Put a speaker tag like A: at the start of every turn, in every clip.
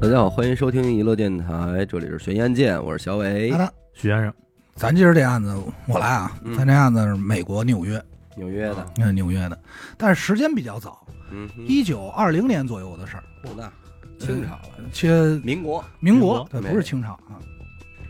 A: 大家好，欢迎收听娱乐电台，这里是悬疑案件，我是小伟
B: 好。的，
C: 许先生，
B: 咱今儿这案子我来啊
A: 嗯，
B: 咱这案子是美国纽约，
A: 纽约的，
B: 嗯，纽约的，但是时间比较早，
A: 嗯哼，
B: 一九二零年左右的事儿，
A: 不大，清朝了，
B: 且
A: 民国，
B: 民
C: 民
B: 国
C: 国，
B: 对，
A: 对
B: 不是清朝啊。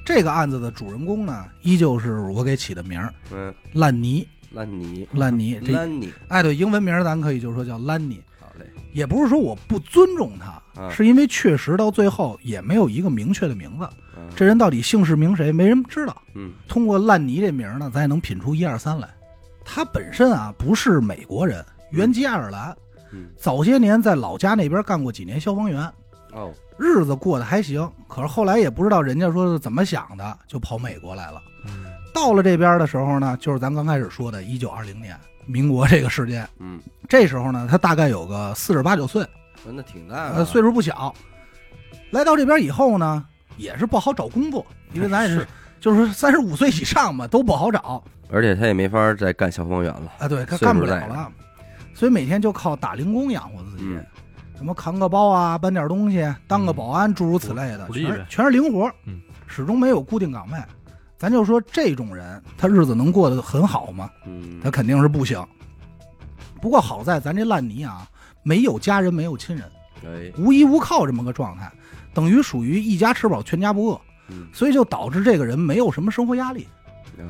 B: 这个案子的主人公呢，依旧是我给起的名儿，
A: 嗯，
B: 烂泥，
A: 烂泥，
B: 烂泥，这
A: 烂泥，
B: 哎，对，英文名儿咱可以就是说叫烂泥，
A: 好嘞，
B: 也不是说我不尊重他，
A: 啊
B: 是因为确实到最后也没有一个明确的名字，
A: 嗯
B: 这人到底姓氏名谁，没人知道。
A: 嗯
B: 通过烂泥这名儿呢，咱也能品出一二三来。他本身啊不是美国人，原籍爱尔兰，
A: 嗯，
B: 早些年在老家那边干过几年消防员，
A: 哦，
B: 日子过得还行。可是后来也不知道人家说是怎么想的，就跑美国来了。
C: 嗯，
B: 到了这边的时候呢，就是咱刚开始说的，一九二零年民国这个事件。
A: 嗯，
B: 这时候呢，他大概有个四十八九岁，
A: 那挺大
B: 呃，
A: 的，
B: 岁数不小。来到这边以后呢，也是不好找工作，因为咱也是，就是三十五岁以上嘛，都不好找。
A: 而且他也没法再干消防员了，
B: 啊，对，他
A: 岁
B: 干
A: 数
B: 不了
A: 在
B: 了，所以每天就靠打零工养活自己，
A: 嗯
B: 什么扛个包啊，搬点东西，当个
C: 嗯
B: 保安，诸如此类的，
C: 苦力
B: 全是
C: 呗
B: 全是零活，
C: 嗯，
B: 始终没有固定岗位。咱就说这种人，他日子能过得很好吗？
A: 嗯，
B: 他肯定是不行。不过好在咱这烂泥啊，没有家人，没有亲人，
A: 哎，
B: 无依无靠这么个状态，等于属于一家吃饱全家不饿，
A: 嗯，
B: 所以就导致这个人没有什么生活压力，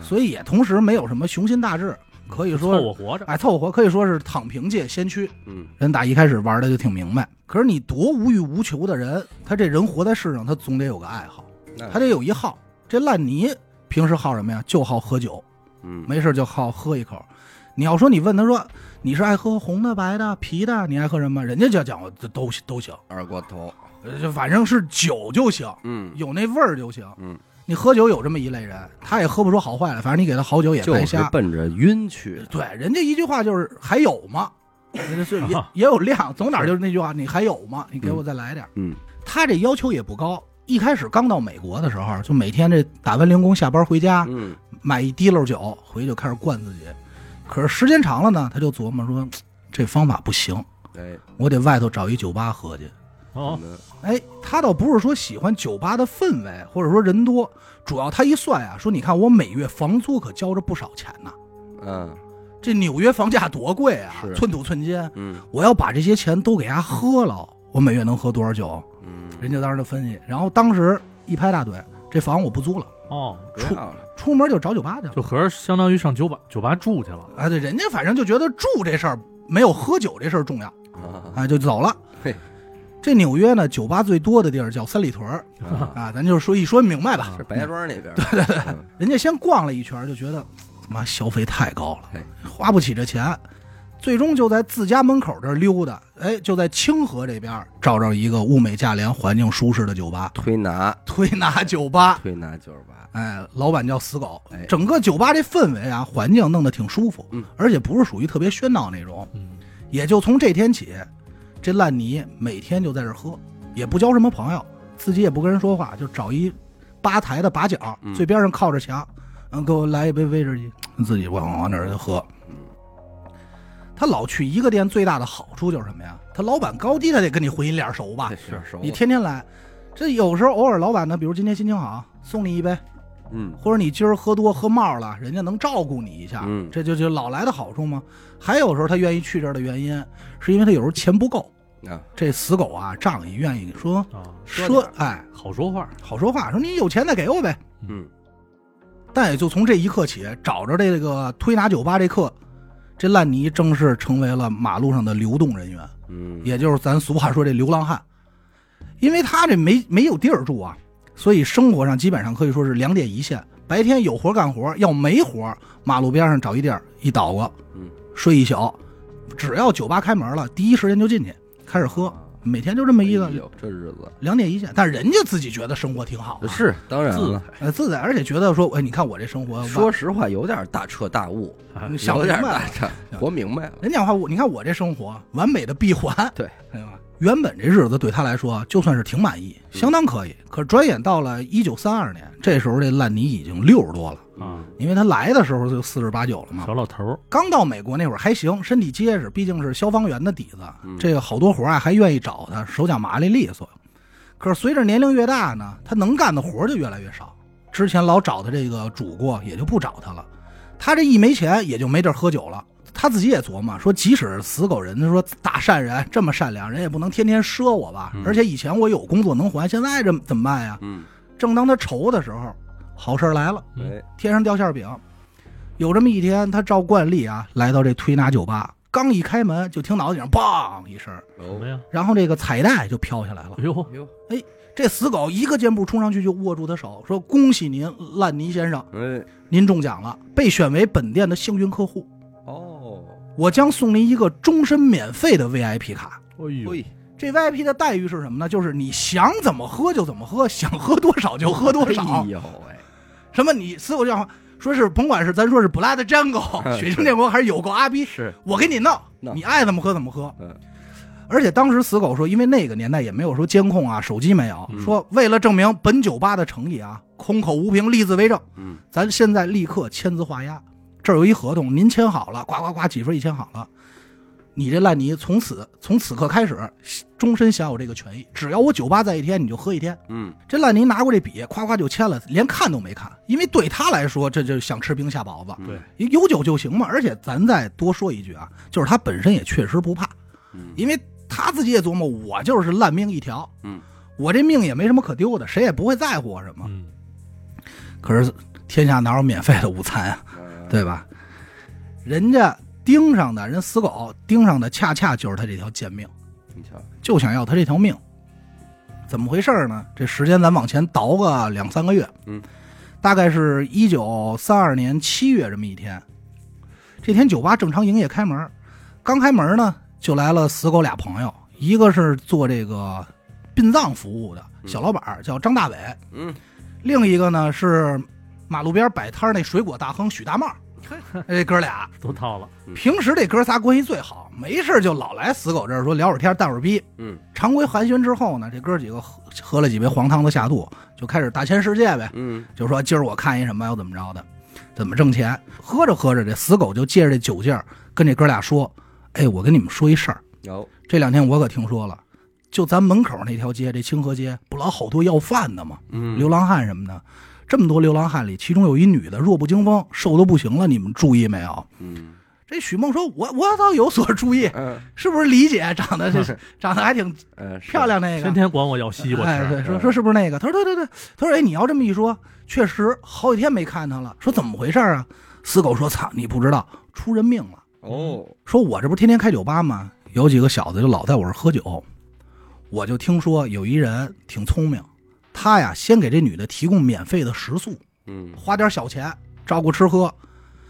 B: 所以也同时没有什么雄心大志，可以说
C: 凑合活着，
B: 哎，凑合可以说是躺平界先驱。
A: 以，嗯，
B: 人打一开始玩的就挺明白，可是你多无欲无求的人，他这人活在世上，他总得有个爱好，
A: 那
B: 他得有一好。这烂泥平时好什么呀？就好喝酒，
A: 嗯，
B: 没事就好喝一口。你要说你问他说你是爱喝红的、白的、啤的，你爱喝什么？人家就讲我这都都行，
A: 二锅头，
B: 呃就反正是酒就行，
A: 嗯，
B: 有那味儿就行。
A: 嗯，
B: 你喝酒有这么一类人，他也喝不出好坏来，反正你给他好酒也
A: 就
B: 白
A: 是
B: 瞎。
A: 奔着晕去的，
B: 对，人家一句话就是还有吗？就是也也有量，走哪儿就是那句话，你还有吗？你给我再来点儿。
A: 嗯
B: 他这要求也不高，一开始刚到美国的时候，就每天这打完零工下班回家，
A: 嗯，
B: 买一滴漏酒回去就开始灌自己。可是时间长了呢，他就琢磨说，这方法不行，
A: 哎，
B: 我得外头找一酒吧喝去。
C: 哦，
B: 哎，他倒不是说喜欢酒吧的氛围，或者说人多，主要他一算啊，说你看我每月房租可交着不少钱呢、
A: 嗯
B: 这纽约房价多贵啊
A: 是，
B: 寸土寸金。
A: 嗯
B: 我要把这些钱都给他喝了，我每月能喝多少酒？
A: 嗯，
B: 人家当时就分析，然后当时一拍大腿，这房我不租了，
C: 哦，
A: 不要了，
B: 出门就找酒吧去了。
C: 就合着相当于上酒吧酒吧住去了，
B: 哎，对，人家反正就觉得住这事儿没有喝酒这事儿重要，
A: 啊，
B: 哎，就走了
A: 嘿。
B: 这纽约呢，酒吧最多的地儿叫三里屯儿
A: 啊
B: 啊，咱就说一说明白吧。
A: 是白家庄那边，对对对，
B: 人家先逛了一圈儿，就觉得妈消费太高了
A: 嘿，
B: 花不起这钱，最终就在自家门口这儿溜达，哎，就在清河这边儿找着一个物美价廉、环境舒适的酒吧，
A: 推拿
B: 推拿酒吧。
A: 推拿九十八，
B: 哎，老板叫死狗
A: 哎，
B: 整个酒吧这氛围啊，环境弄得挺舒服，
A: 嗯
B: 而且不是属于特别喧闹那种。
C: 嗯，
B: 也就从这天起，这烂泥每天就在这儿喝，也不交什么朋友，自己也不跟人说话，就找一吧台的把角
A: 嗯，
B: 最边上靠着墙，嗯，给我来一杯威士忌，自己往往那儿就喝。他老去一个店，最大的好处就是什么呀？他老板高低他得跟你混一脸熟吧
A: 这？哎是熟，
B: 啊你天天来，这有时候偶尔老板呢，比如今天心情好，送你一杯，
A: 嗯
B: 或者你今儿喝多喝冒了，人家能照顾你一下，
A: 嗯
B: 这就就老来的好处吗？还有时候他愿意去这儿的原因，是因为他有时候钱不够，
A: 啊，
B: 这死狗啊仗义，愿意说
C: 啊，
A: 说
B: 说
A: 点，
B: 哎，
C: 好说话，
B: 好说话，说你有钱再给我呗。
A: 嗯
B: 但也就从这一刻起，找着这个推拿酒吧这刻，这烂泥正式成为了马路上的流动人员，
A: 嗯，
B: 也就是咱俗话说这流浪汉，因为他这没没有地儿住啊，所以生活上基本上可以说是两点一线。白天有活干活，要没活，马路边上找一地儿一倒过，
A: 嗯，
B: 睡一宿。只要酒吧开门了，第一时间就进去开始喝，每天就这么
A: 没
B: 一个
A: 哎呦，这日子
B: 两点一线。但人家自己觉得生活挺好的，
A: 是当然
C: 自
A: 了。
B: 呃自在，而且觉得说，哎，你看我这生活，
A: 说实话，有点大彻大悟，
C: 哎
B: 你想
A: 有
B: 明
A: 点
B: 白
A: 大
B: 了。
A: 彻，活明白了。
B: 人讲话，我你看我这生活完美的闭环，
A: 对，
B: 对吧？原本这日子对他来说就算是挺满意，相当可以。可是转眼到了一九三二年，这时候这烂泥已经六十多了，
C: 啊，
A: 嗯
B: 因为他来的时候就四十八九了嘛。
C: 小老头儿，
B: 刚到美国那会儿还行，身体结实，毕竟是消防员的底子
A: 嗯，
B: 这个好多活儿啊还愿意找他，手脚麻利利索。可是随着年龄越大呢，他能干的活儿就越来越少。之前老找他这个主顾也就不找他了，他这一没钱也就没地儿喝酒了。他自己也琢磨说，即使死狗人，他说大善人这么善良，人也不能天天赊我吧
A: 嗯。
B: 而且以前我有工作能还，现在这怎么办呀？
A: 嗯，
B: 正当他愁的时候，好事儿来了，
C: 嗯
A: 哎，
B: 天上掉馅儿饼。有这么一天，他照惯例啊，来到这推拿酒吧，刚一开门就听脑袋顶上梆一声，
C: 什
A: 哦
C: 么呀？
B: 然后这个彩带就飘下来了
C: 哎。呦，
A: 哟，
B: 这死狗一个箭步冲上去就握住他手，说：“恭喜您，烂泥先生，
A: 哎，
B: 您中奖了，被选为本店的幸运客户。
A: 哦，
B: 我将送您一个终身免费的 VIP 卡。
C: 哎呦，
A: 嘿，
B: 这 VIP 的待遇是什么呢？就是你想怎么喝就怎么喝，想喝多少就喝多少
A: 哎。呦喂，
B: 什么你死狗叫说是甭管是咱说是布拉德詹狗、
A: 哎
B: 水晶电锅还是有够阿逼，
A: 是，
B: 我给你弄，
A: 弄
B: 你爱怎么喝怎么喝。
A: 嗯
B: 而且当时死狗说，因为那个年代也没有说监控啊，手机没有，
A: 嗯
B: 说为了证明本酒吧的诚意啊，空口无凭，立字为证，
A: 嗯，
B: 咱现在立刻签字画押，这儿有一合同，您签好了，呱呱呱，几份一签好了，你这烂泥从此从此刻开始，终身享有这个权益，只要我酒吧在一天，你就喝一天。
A: 嗯，
B: 这烂泥拿过这笔，夸夸就签了，连看都没看，因为对他来说，这就是想吃冰下雹子，
A: 嗯
C: 对，
B: 有酒就行嘛。而且咱再多说一句啊，就是他本身也确实不怕，
A: 嗯，
B: 因为他自己也琢磨，我就是烂命一条，
A: 嗯，
B: 我这命也没什么可丢的，谁也不会在乎我什么。
C: 嗯，
B: 可是天下哪有免费的午餐啊，
A: 嗯，
B: 对吧？人家盯上的人死狗盯上的，恰恰就是他这条贱命，
A: 你瞧，
B: 就想要他这条命。怎么回事儿呢？这时间咱往前倒个两三个月，
A: 嗯，
B: 大概是一九三二年七月这么一天，这天酒吧正常营业开门，刚开门呢就来了死狗俩朋友，一个是做这个殡葬服务的小老板儿，叫张大伟，
A: 嗯，
B: 另一个呢是马路边摆摊儿那水果大亨许大茂，这哥俩
C: 都到了，
A: 嗯
B: 平时这哥仨关系最好，没事就老来死狗这儿说聊会儿天、淡会儿逼。
A: 嗯，
B: 常规寒暄之后呢，这哥几个喝喝了几杯黄汤子下肚，就开始大千世界呗，
A: 嗯，
B: 就说今儿我看一什么又怎么着的，怎么挣钱。喝着喝着，这死狗就借着这酒劲儿跟这哥俩说：“哎，我跟你们说一事儿，
A: 有，
B: 这两天我可听说了，就咱门口那条街，这清河街不老好多要饭的吗？
A: 嗯，
B: 流浪汉什么的，这么多流浪汉里，其中有一女的弱不禁风，瘦的不行了，你们注意没有？
A: 嗯，
B: 这许梦说：“我我倒有 所注意，
A: 嗯，
B: 是不是李姐长得这长得还挺
A: 呃，是
B: 漂，亮那个
C: 天？天管我要西瓜
B: 哎，
C: 吃，
B: 对，说说是不是那个？他说对对对，他说哎，你要这么一说，确实好几天没看她了。说怎么回事啊？死狗说：操，你不知道出人命了。
A: 哦，
B: 说我这不是天天开酒吧吗？有几个小子就老在我这儿喝酒，我就听说有一人挺聪明，他呀先给这女的提供免费的食宿，
A: 嗯，
B: 花点小钱照顾吃喝，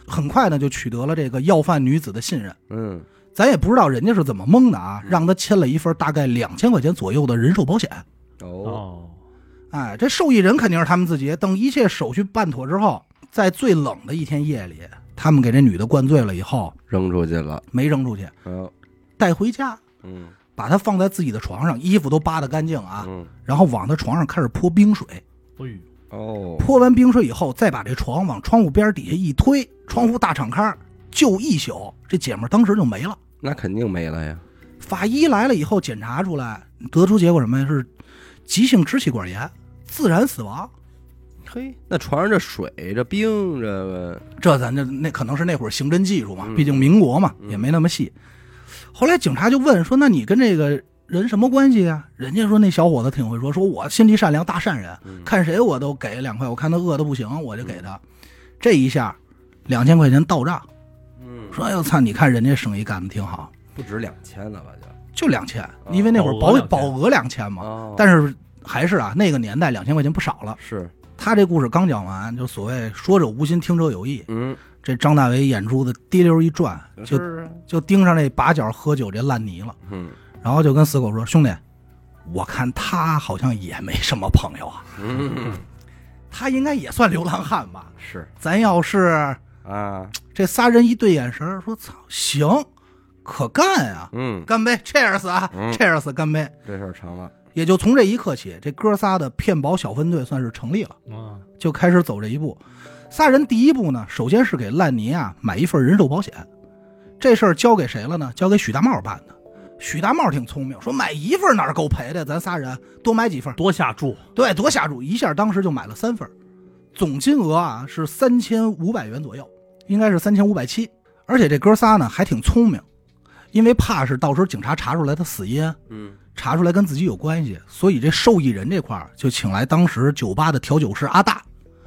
B: 很快呢就取得了这个要饭女子的信任。
A: 嗯，
B: 咱也不知道人家是怎么蒙的啊，
A: 嗯
B: 让他签了一份大概两千块钱左右的人寿保险。
A: 哦，
C: 哦，
B: 哎，这受益人肯定是他们自己。等一切手续办妥之后，在最冷的一天夜里，他们给这女的灌醉了以后，
A: 扔出去了，
B: 没扔出去，
A: 哦，
B: 带回家，
A: 嗯，
B: 把她放在自己的床上，衣服都扒得干净啊，
A: 嗯，
B: 然后往她床上开始泼冰水。
C: 哎呦，
A: 哦，
B: 泼完冰水以后，再把这床往窗户边底下一推，窗户大敞开，就一宿，这姐们儿当时就没了。
A: 那肯定没了呀，
B: 法医来了以后检查出来，得出结果什么呀？是急性支气管炎，自然死亡。
A: 嘿，那船上这水，这冰，这
B: 这咱这那可能是那会儿刑侦技术嘛
A: 嗯，
B: 毕竟民国嘛，
A: 嗯
B: 也没那么细。后来警察就问说：“那你跟这个人什么关系啊？”人家说：“那小伙子挺会说，说我心地善良，大善人，
A: 嗯
B: 看谁我都给两块，我看他饿的不行，我就给他。”这一下，两千块钱到账，
A: 嗯，
B: 说：“哎呦操，你看人家生意干的挺好，
A: 不止两千了吧？就，
B: 就两千，因为那会儿
C: 保
B: 保保
C: 额
B: 额两千嘛。
A: 哦，
B: 但是还是啊，那个年代两千块钱不少了。
A: 是，
B: 他这故事刚讲完，就所谓说者无心，听者有意。
A: 嗯，
B: 这张大伟眼珠子滴溜一转，就是
A: 啊，
B: 就盯上那把角喝酒这烂泥了，
A: 嗯，
B: 然后就跟死狗说：“兄弟，我看他好像也没什么朋友啊，
A: 嗯，
B: 他应该也算流浪汉吧？
A: 是
B: 咱要是
A: 啊，
B: 这仨人一对眼神儿，说操，行，可干啊，
A: 嗯，
B: 干杯，cheers 啊、
A: 嗯
B: c h e e r s 干杯。”
A: 这事儿成了，
B: 也就从这一刻起，这哥仨的骗保小分队算是成立了。
C: 啊，
B: 就开始走这一步。仨人第一步呢，首先是给烂泥啊买一份人寿保险，这事儿交给谁了呢？交给许大茂办的。许大茂挺聪明，说买一份哪儿够赔的？咱仨人多买几份，
C: 多下注，
B: 对，多下注，一下当时就买了三份儿，总金额啊是三千五百元左右，应该是三千五百七。而且这哥仨呢还挺聪明，因为怕是到时候警察查出来他死因，
A: 嗯，
B: 查出来跟自己有关系，所以这受益人这块儿就请来当时酒吧的调酒师阿大，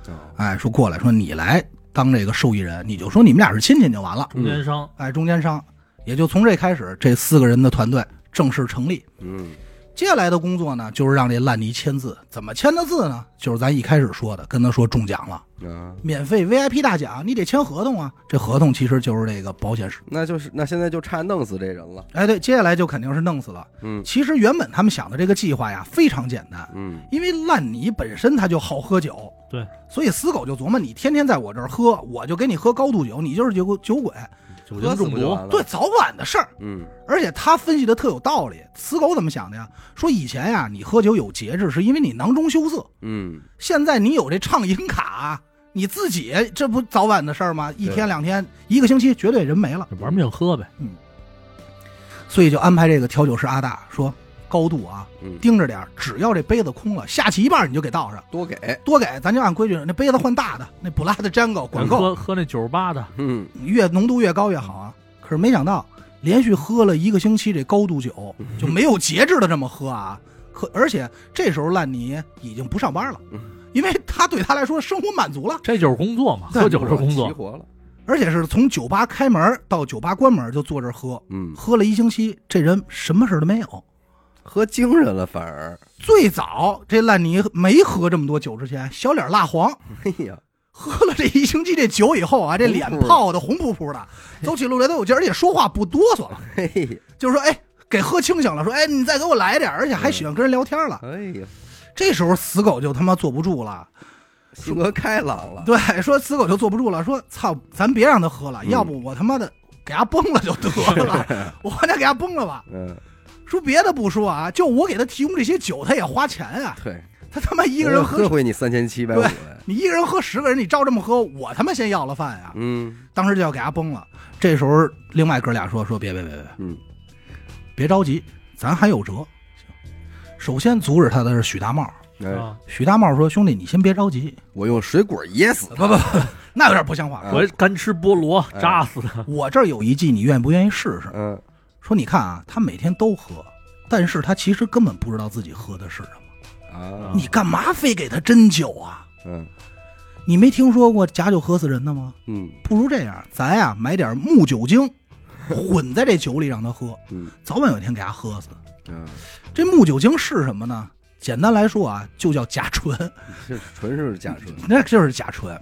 A: 哦
B: 哎，说过来说你来当这个受益人，你就说你们俩是亲戚就完了，
C: 中间商
B: 哎，中间商，也就从这开始，这四个人的团队正式成立。
A: 嗯，
B: 接下来的工作呢，就是让这烂泥签字。怎么签的字呢？就是咱一开始说的，跟他说中奖了，
A: 啊，
B: 免费 VIP 大奖，你得签合同啊。这合同其实就是这个保险师。
A: 那就是那现在就差弄死这人了，
B: 哎，对，接下来就肯定是弄死了。
A: 嗯
B: 其实原本他们想的这个计划呀，非常简单，
A: 嗯
B: 因为烂泥本身他就好喝酒，
C: 对，
B: 所以死狗就琢磨，你天天在我这儿喝，我就给你喝高度酒，你就是酒酒鬼，
C: 酒
A: 喝
C: 精
A: 死
C: 中
A: 不就
C: 毒
A: 完，了
B: 对，早晚的事儿。
A: 嗯
B: 而且他分析的特有道理。死狗怎么想的呀？说以前呀，你喝酒有节制，是因为你囊中羞涩；
A: 嗯，
B: 现在你有这畅饮卡，你自己这不早晚的事儿吗？一天两天，一个星期，绝对人没了。
C: 玩命喝呗，
B: 所以就安排这个调酒师阿大说：“高度啊
A: 嗯，
B: 盯着点儿，只要这杯子空了，下去一半你就给倒上，
A: 多给，
B: 多给，咱就按规矩，那杯子换大的，那布拉德詹狗管够，
C: 喝喝那酒吧的，
A: 嗯
B: 越浓度越高越好啊。”可是没想到，连续喝了一个星期这高度酒，
A: 嗯
B: 就没有节制的这么喝啊。可而且这时候烂泥已经不上班了
A: 嗯，
B: 因为他对他来说生活满足了，
C: 这就是工作嘛，喝酒是工
A: 齐
C: 作，
A: 活了，
B: 而且是从酒吧开门到酒吧关门就坐这儿喝，
A: 嗯，
B: 喝了一星期，这人什么事儿都没有。
A: 喝精神了反而，
B: 最早这烂泥没喝这么多酒之前，小脸蜡黄，
A: 哎呀，
B: 喝了这一星期这酒以后啊，这脸
A: 红扑扑
B: 泡的红扑扑的，走起路来都有劲儿，而且说话不哆嗦了，
A: 嘿，
B: 就是说哎。给喝清醒了，说：“哎，你再给我来点儿，而且
A: 嗯
B: 还喜欢跟人聊天了。
A: 哎呀，
B: 这时候死狗就他妈坐不住了，
A: 性格开朗了，
B: 对，说死狗就坐不住了，说操，咱别让他喝了，
A: 嗯
B: 要不我他妈的给他崩了就得了， 我得给他崩了吧。
A: 嗯，
B: 说别的不说啊，就我给他提供这些酒，他也花钱啊，
A: 对，
B: 他他妈一个人
A: 我
B: 喝
A: 喝，回你三千七百五
B: 对
A: 来，
B: 你一个人喝十个人，你照这么喝，我他妈先要了饭呀、
A: 嗯
B: 当时就要给他崩了。这时候另外哥俩说说别别别别
A: 嗯
B: 别着急，咱还有辙。行首先阻止他的是许大茂，
A: 哎，
C: 啊，
B: 许大茂说兄弟你先别着急，
A: 我用水果噎死他，
B: 那有点不像话。
A: 啊
C: 我干吃菠萝
A: 哎
C: 扎死他，
B: 我这儿有一计，你愿不愿意试试？
A: 嗯，
B: 说你看啊，他每天都喝，但是他其实根本不知道自己喝的是什么。
A: 啊，
B: 你干嘛非给他针灸啊？
A: 嗯
B: 你没听说过假酒喝死人的吗？
A: 嗯
B: 不如这样，咱呀买点木酒精，混在这酒里让他喝，
A: 嗯
B: 早晚有一天给他喝死。
A: 嗯，
B: 这木酒精是什么呢？简单来说啊，就叫 甲醇，
A: 这纯是假纯，
B: 那就是甲醇。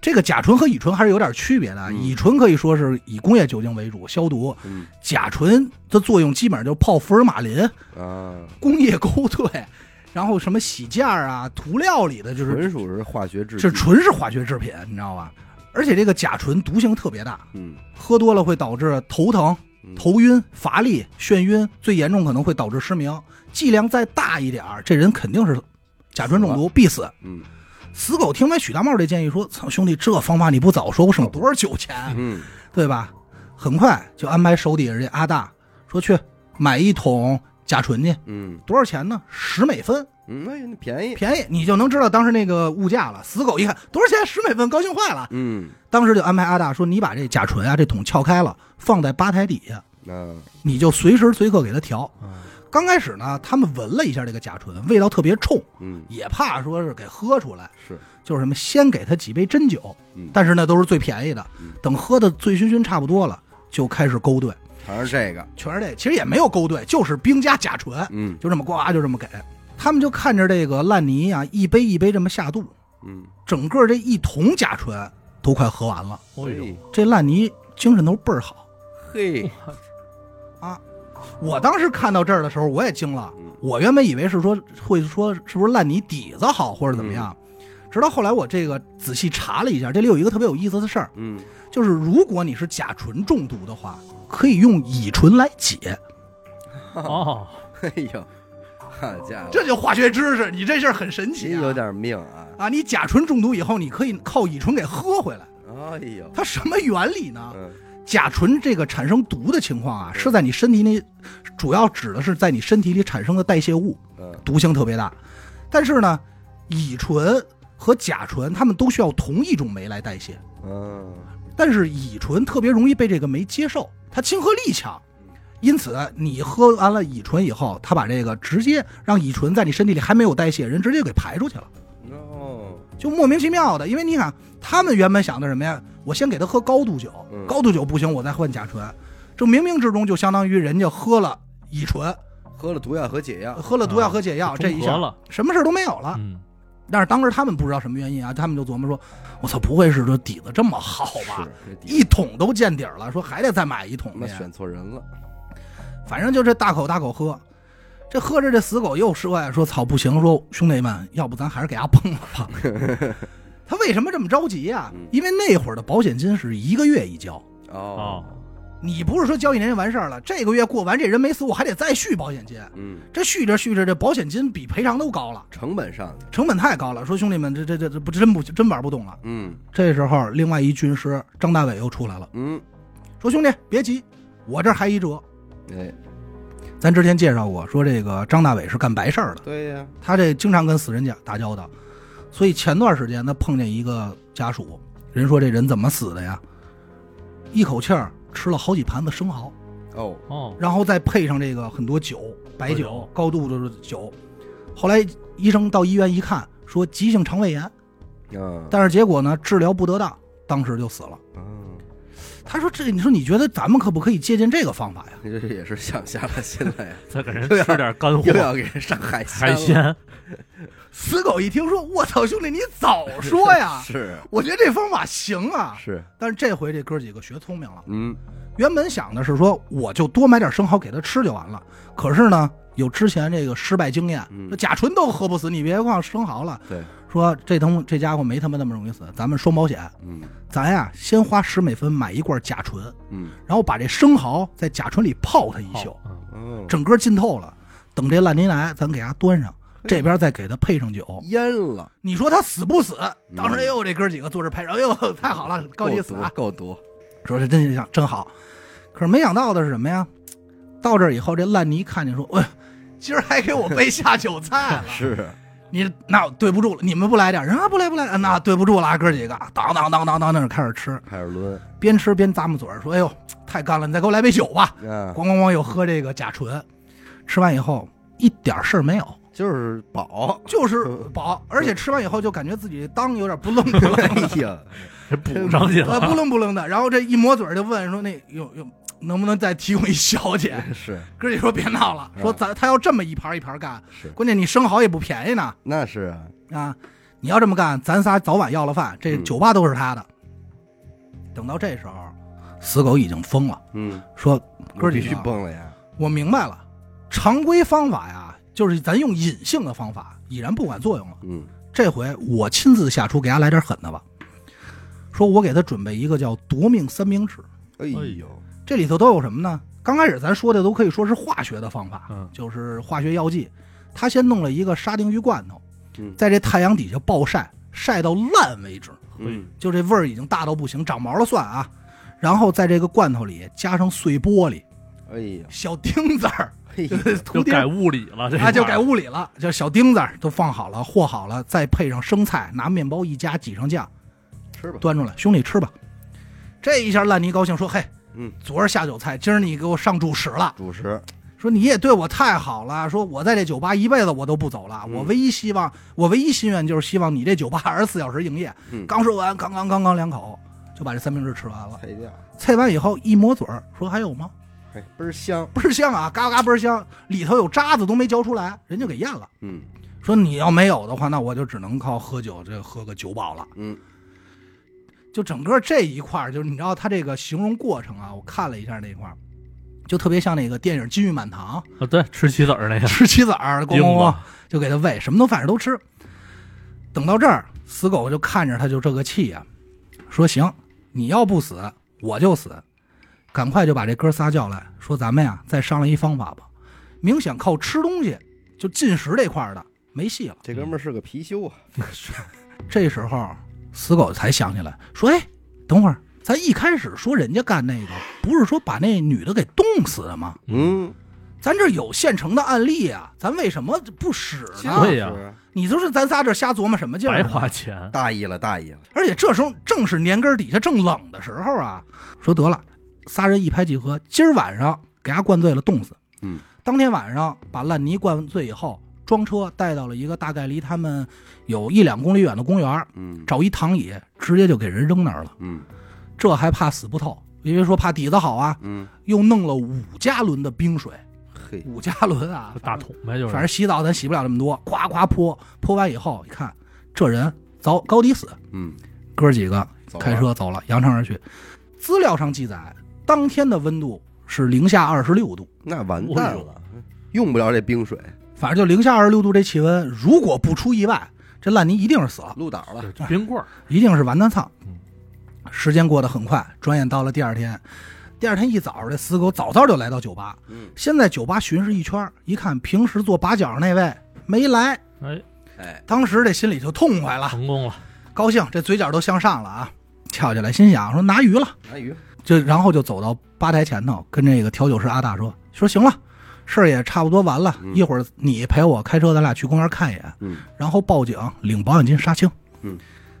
B: 这个甲醇和乙醇还是有点区别的啊。
A: 嗯
B: 乙醇可以说是以工业酒精为主消毒，
A: 嗯
B: 甲醇的作用基本上就是泡福尔马林，
A: 啊，
B: 工业勾兑，然后什么洗件儿啊、涂料里的，就是
A: 纯属是化学制
B: 这
A: 剂，
B: 纯是化学制品，你知道吧？而且这个甲醇毒性特别大，
A: 嗯
B: 喝多了会导致头疼、
A: 嗯
B: 头晕、乏力、眩晕，最严重可能会导致失明。剂量再大一点儿，这人肯定是甲醇中毒，必死。
A: 嗯
B: 死狗听完许大茂这建议说：“操，兄弟，这方法你不早说，我省多少酒钱，
A: 嗯
B: 对吧？”很快就安排手底下这阿大说去买一桶甲醇去，
A: 嗯
B: 多少钱呢？十美分。
A: 嗯，哎，那便宜，
B: 便宜，你就能知道当时那个物价了。死狗一看多少钱，十美分，高兴坏了。
A: 嗯
B: 当时就安排阿大说：“你把这甲醇啊，这桶撬开了，放在吧台底下，
A: 啊，
B: 你就随时随刻给它调。
A: 嗯
C: 啊”
B: 刚开始呢，他们闻了一下这个甲醇，味道特别冲，
A: 嗯
B: 也怕说是给喝出来，
A: 是，
B: 就是什么先给他几杯真酒
A: 嗯，
B: 但是呢都是最便宜的
A: 嗯。
B: 等喝的醉醺醺差不多了，就开始勾兑，
A: 尝尝这个，
B: 全是这，其实也没有勾兑，就是冰加甲醇，
A: 嗯
B: 就这么呱就这么给。他们就看着这个烂泥啊，一杯一杯这么下肚。
A: 嗯，
B: 整个这一桶甲醇都快喝完了。
C: 哎呦，
B: 这烂泥精神头倍儿好。
A: 嘿，
B: 我当时看到这儿的时候，我也惊了
A: 嗯。
B: 我原本以为是说会说是不是烂泥底子好或者怎么样，直到后来我这个仔细查了一下，这里有一个特别有意思的事儿，
A: 嗯
B: 就是如果你是甲醇中毒的话，可以用乙醇来解。
C: 哦，
A: 哎呦，好家伙，
B: 这就化学知识，你这事儿很神
A: 您
B: 奇、啊。
A: 有点命啊，
B: 啊，你甲醇中毒以后，你可以靠乙醇给喝回来。
A: 哎呦，
B: 它什么原理呢？
A: 嗯
B: 甲醇这个产生毒的情况啊，是在你身体里，主要指的是在你身体里产生的代谢物，
A: 嗯
B: 毒性特别大。但是呢，乙醇和甲醇它们都需要同一种酶来代谢，
A: 嗯，
B: 但是乙醇特别容易被这个酶接受，它亲和力强，因此你喝完了乙醇以后，它把这个直接让乙醇在你身体里还没有代谢，人直接给排出去了。
A: 哦，
B: 就莫名其妙的，因为你看他们原本想的什么呀？我先给他喝高度酒
A: 嗯，
B: 高度酒不行，我再换甲醇。这冥冥之中就相当于人家喝了乙醇，
A: 喝了毒药和解药，
B: 喝了毒药
C: 啊
B: 和解
A: 哎
B: 药，这一
C: 中和
B: 下
C: 了，
B: 什么事儿都没有
A: 啊
B: 了。
C: 嗯，
B: 但是当时他们不知道什么原因啊，他们就琢磨说：“我操，不会是这底子这么好吧？
A: 是，这底
B: 一桶都见底儿了，说还得再买一桶
A: 那
B: 去。
A: 选错人了，
B: 反正就这大口大口喝。这喝着这死狗又是外说操不行，说兄弟们，要不咱还是给他崩了 吧。他为什么这么着急呀、
A: 嗯
B: 因为那会儿的保险金是一个月一交，
A: 哦，
B: 你不是说交一年就完事儿了，这个月过完这人没死，我还得再续保险金。
A: 嗯，
B: 这续着续着，这保险金比赔偿都高了，
A: 成本上去，
B: 成本太高了。说兄弟们，这这这这不真不真玩不动了。
A: 嗯
B: 这时候，另外一军师张大伟又出来了，
A: 嗯，
B: 说兄弟别急，我这儿还一折。
A: 哎，
B: 咱之前介绍过，说这个张大伟是干白事儿的。
A: 对呀，
B: 他这经常跟死人家打交道，所以前段时间他碰见一个家属，人说这人怎么死的呀？一口气儿吃了好几盘子生蚝，
A: 哦，
C: 哦，
B: 然后再配上这个很多酒，白
C: 白
B: 酒
C: 酒、
B: 高度的酒。后来医生到医院一看，说急性肠胃炎，
A: 嗯，
B: 但是结果呢治疗不得当，当时就死了。
A: 嗯，
B: 他说这，你说你觉得咱们可不可以借鉴这个方法呀？
A: 这也是想下了心了 呀，
C: 再给人
A: 又要
C: 吃点干货
A: 又要给人上海
C: 海
A: 鲜 了，
C: 鲜，
B: 死狗一听说，我操，兄弟你早说 呀！
A: 是
B: 我觉得这方法行啊，
A: 是，
B: 但是这回这哥几个学聪明了。
A: 嗯
B: 原本想的是说，我就多买点生蚝给他吃就完了。可是呢，有之前这个失败经验
A: 嗯，
B: 这甲醇都喝不死，你别光生蚝了。
A: 对，
B: 说这东这家伙没他妈那么容易死，咱们双保险，
A: 嗯
B: 咱呀先花十美分买一罐甲醇，
A: 嗯，
B: 然后把这生蚝在甲醇里泡它一宿，
C: 好，嗯
A: 哦，
B: 整个浸透了。等这烂泥来，咱给它端上，这边再给它配上酒。
A: 淹了，
B: 你说他死不死？当时
A: 嗯
B: 哎呦，这哥几个坐这拍手，哎呦，太好了，高级死啊！
A: 够毒， 够毒
B: 说这真想真好，可是没想到的是什么呀？到这儿以后，这烂泥看见说，哎，今儿还给我备下酒菜了。
A: 是，
B: 你那对不住了，你们不来点儿？人啊，不来不来，啊那对不住了啊，哥几个，当当当当当，那开始吃，
A: 海尔伦
B: 边吃边咂摸嘴儿，说，哎呦，太干了，你再给我来杯酒吧。
A: 啊，
B: 咣咣咣，又喝这个甲醇，吃完以后一点事儿没有，
A: 就是饱，
B: 就是
A: 嗯
B: 饱，而且吃完以后就感觉自己当有点不愣不
A: 哎
B: 愣的，
A: 呀，
C: 给嗯 补上去
B: 呃，
C: 了，
B: 不愣不愣的。然后这一抹嘴儿就问说，那有有能不能再提供一小姐？
A: 是
B: 哥几说别闹了，
A: 嗯
B: 说咱他要这么一盘一盘干，
A: 是，
B: 关键你生蚝也不便宜呢
A: 那是啊，
B: 啊！你要这么干，咱仨早晚要了饭，这
A: 嗯
B: 酒吧都是他的。等到这时候，死狗已经疯了，
A: 嗯，
B: 说
A: 我
B: 哥
A: 必
B: 几
A: 须
B: 个，
A: 崩了呀，
B: 我明白了，常规方法呀，就是咱用隐性的方法已然不管作用了。
A: 嗯
B: 这回我亲自下厨，给他来点狠的吧。说我给他准备一个叫夺命三明治，
A: 哎
C: 哎
A: 呦，
B: 这里头都有什么呢？刚开始咱说的都可以说是化学的方法，
C: 嗯
B: 就是化学药剂。他先弄了一个沙丁鱼罐头
A: 嗯，
B: 在这太阳底下暴晒，晒到烂为止，
A: 嗯
B: 就这味儿已经大到不行，长毛了算啊。然后在这个罐头里加上碎玻璃、
A: 哎呀，
B: 小钉子儿，
A: 嘿 呀，
B: 图
C: 就
B: 钉
C: 改
B: 儿
C: 物理了，这
B: 啊，就
C: 块
B: 改
C: 儿
B: 物理了，就小钉子儿都放好了、和好了，再配上生菜，拿面包一夹，挤上酱，
A: 吃 吧，
B: 端出来，兄弟吃吧。这一下烂泥高兴说：“嘿，
A: 嗯，
B: 昨儿下酒菜，今儿你给我上主食了。”
A: 主食，
B: 说你也对我太好了，说我在这酒吧一辈子我都不走了，
A: 嗯
B: 我唯一希望，我唯一心愿就是希望你这酒吧二十四小时营业。
A: 嗯
B: 刚说完，刚刚刚刚两口就把这三明治吃完了，
A: 菜掉，
B: 菜完以后一抹嘴儿，说还有吗？
A: 哎，倍儿香，
B: 倍儿香啊，嘎嘎倍儿香，里头有渣子都没嚼出来，人就给咽了。
A: 嗯
B: 说你要没有的话，那我就只能靠喝酒这喝个酒保了。
A: 嗯，
B: 就整个这一块儿，就是你知道他这个形容过程啊，我看了一下那一块儿，就特别像那个电影《金玉满堂
C: 啊，对，吃棋子儿 那》，个，
B: 吃棋子儿，咣咣
C: 硬
B: 咣
C: 吧，
B: 就给他喂，什么都反正都吃。等到这儿，死狗就看着他就这个气呀、说行，你要不死我就死，赶快就把这哥仨叫来，说咱们呀再商量一方法吧。明显靠吃东西就进食这块儿的没戏了。
A: 这哥们儿是个貔貅啊，
B: 这时候死狗才想起来，说哎，等会儿咱一开始说人家干那个，不是说把那女的给冻死的吗？
A: 嗯，
B: 咱这有现成的案例啊，咱为什么不使呢？
C: 对呀
A: 是
B: 你就是咱仨这瞎琢磨什么劲儿
C: 白
B: 呢？
C: 花钱，
A: 大意了，大意了，
B: 而且这时候正是年根儿底下正冷的时候啊，说得了，仨人一拍即合，今儿晚上给他灌醉了，冻死。
A: 嗯，
B: 当天晚上把烂泥灌醉以后，装车带到了一个大概离他们有一两公里远的公园儿，
A: 嗯
B: 找一躺椅，直接就给人扔那儿了。
A: 嗯
B: 这还怕死不透？因为说怕底子好啊，
A: 嗯，
B: 又弄了五加仑的冰水，
A: 嘿，
B: 五加仑啊，
C: 大桶呗，就是
B: 反正洗澡咱洗不了这么多，夸夸泼，泼完以后一看，这人早高低死，
A: 嗯，
B: 哥几个
A: 走了
B: 开，车走了，扬长而去。资料上记载，当天的温度是零下二十六度，
A: 那完蛋了，用不了这冰水，
B: 反正就零下二十六度这气温，如果不出意外，这烂泥一定是死了，
A: 露倒了，
C: 哎对就冰棍儿，
B: 一定是完蛋操
C: 嗯。
B: 时间过得很快，转眼到了第二天。第二天一早，这死狗早早就来到酒吧，
A: 嗯，
B: 先在酒吧巡视一圈，一看平时做把角那位没来，
C: 哎，
A: 哎，
B: 当时这心里就痛快了，
C: 成功了，
B: 高兴，这嘴角都向上了啊，翘起来，心想说拿鱼了。
A: 拿鱼，
B: 就然后就走到吧台前头，跟这个调酒师阿大说：“说行了，事儿也差不多完了，
A: 嗯
B: 一会儿你陪我开车，咱俩去公园看一眼，
A: 嗯
B: 然后报警领保险金杀青。”
A: 嗯，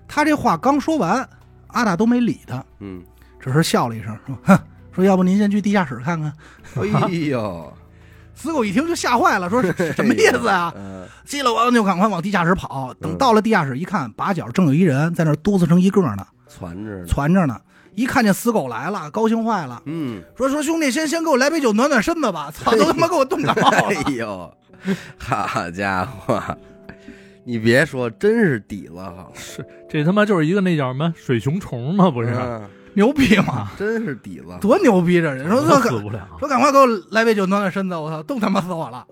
B: 他这话刚说完，阿大都没理他，
A: 嗯，
B: 只是笑了一声，说：“哼，说要不您先去地下室看看。
A: 哎呦，”
B: 死狗一听就吓 坏了，说：“什么意思啊？
A: 嗯
B: 急了我就赶快往地下室跑。等
A: 嗯
B: 到了地下室一看，把角正有一人在那儿哆嗦成一个呢，
A: 攒着呢，
B: 攒着呢。一看见死狗来了，高兴坏了。
A: 嗯，
B: 说说兄弟，先先给我来杯酒暖暖身子吧，操，都他妈给我冻着了。
A: 哎呦，好家伙，你别说，真是底子好，
C: 是这他妈就是一个那叫什么水熊虫嘛，不
A: 不
C: 是？
B: 嗯牛逼吗？
A: 真是底子好。
B: 多牛逼这人！说
C: 我
B: 说
C: 死
B: 赶
C: 不了，
B: 说赶快给我来杯酒暖暖身子，我操，冻他妈死我了。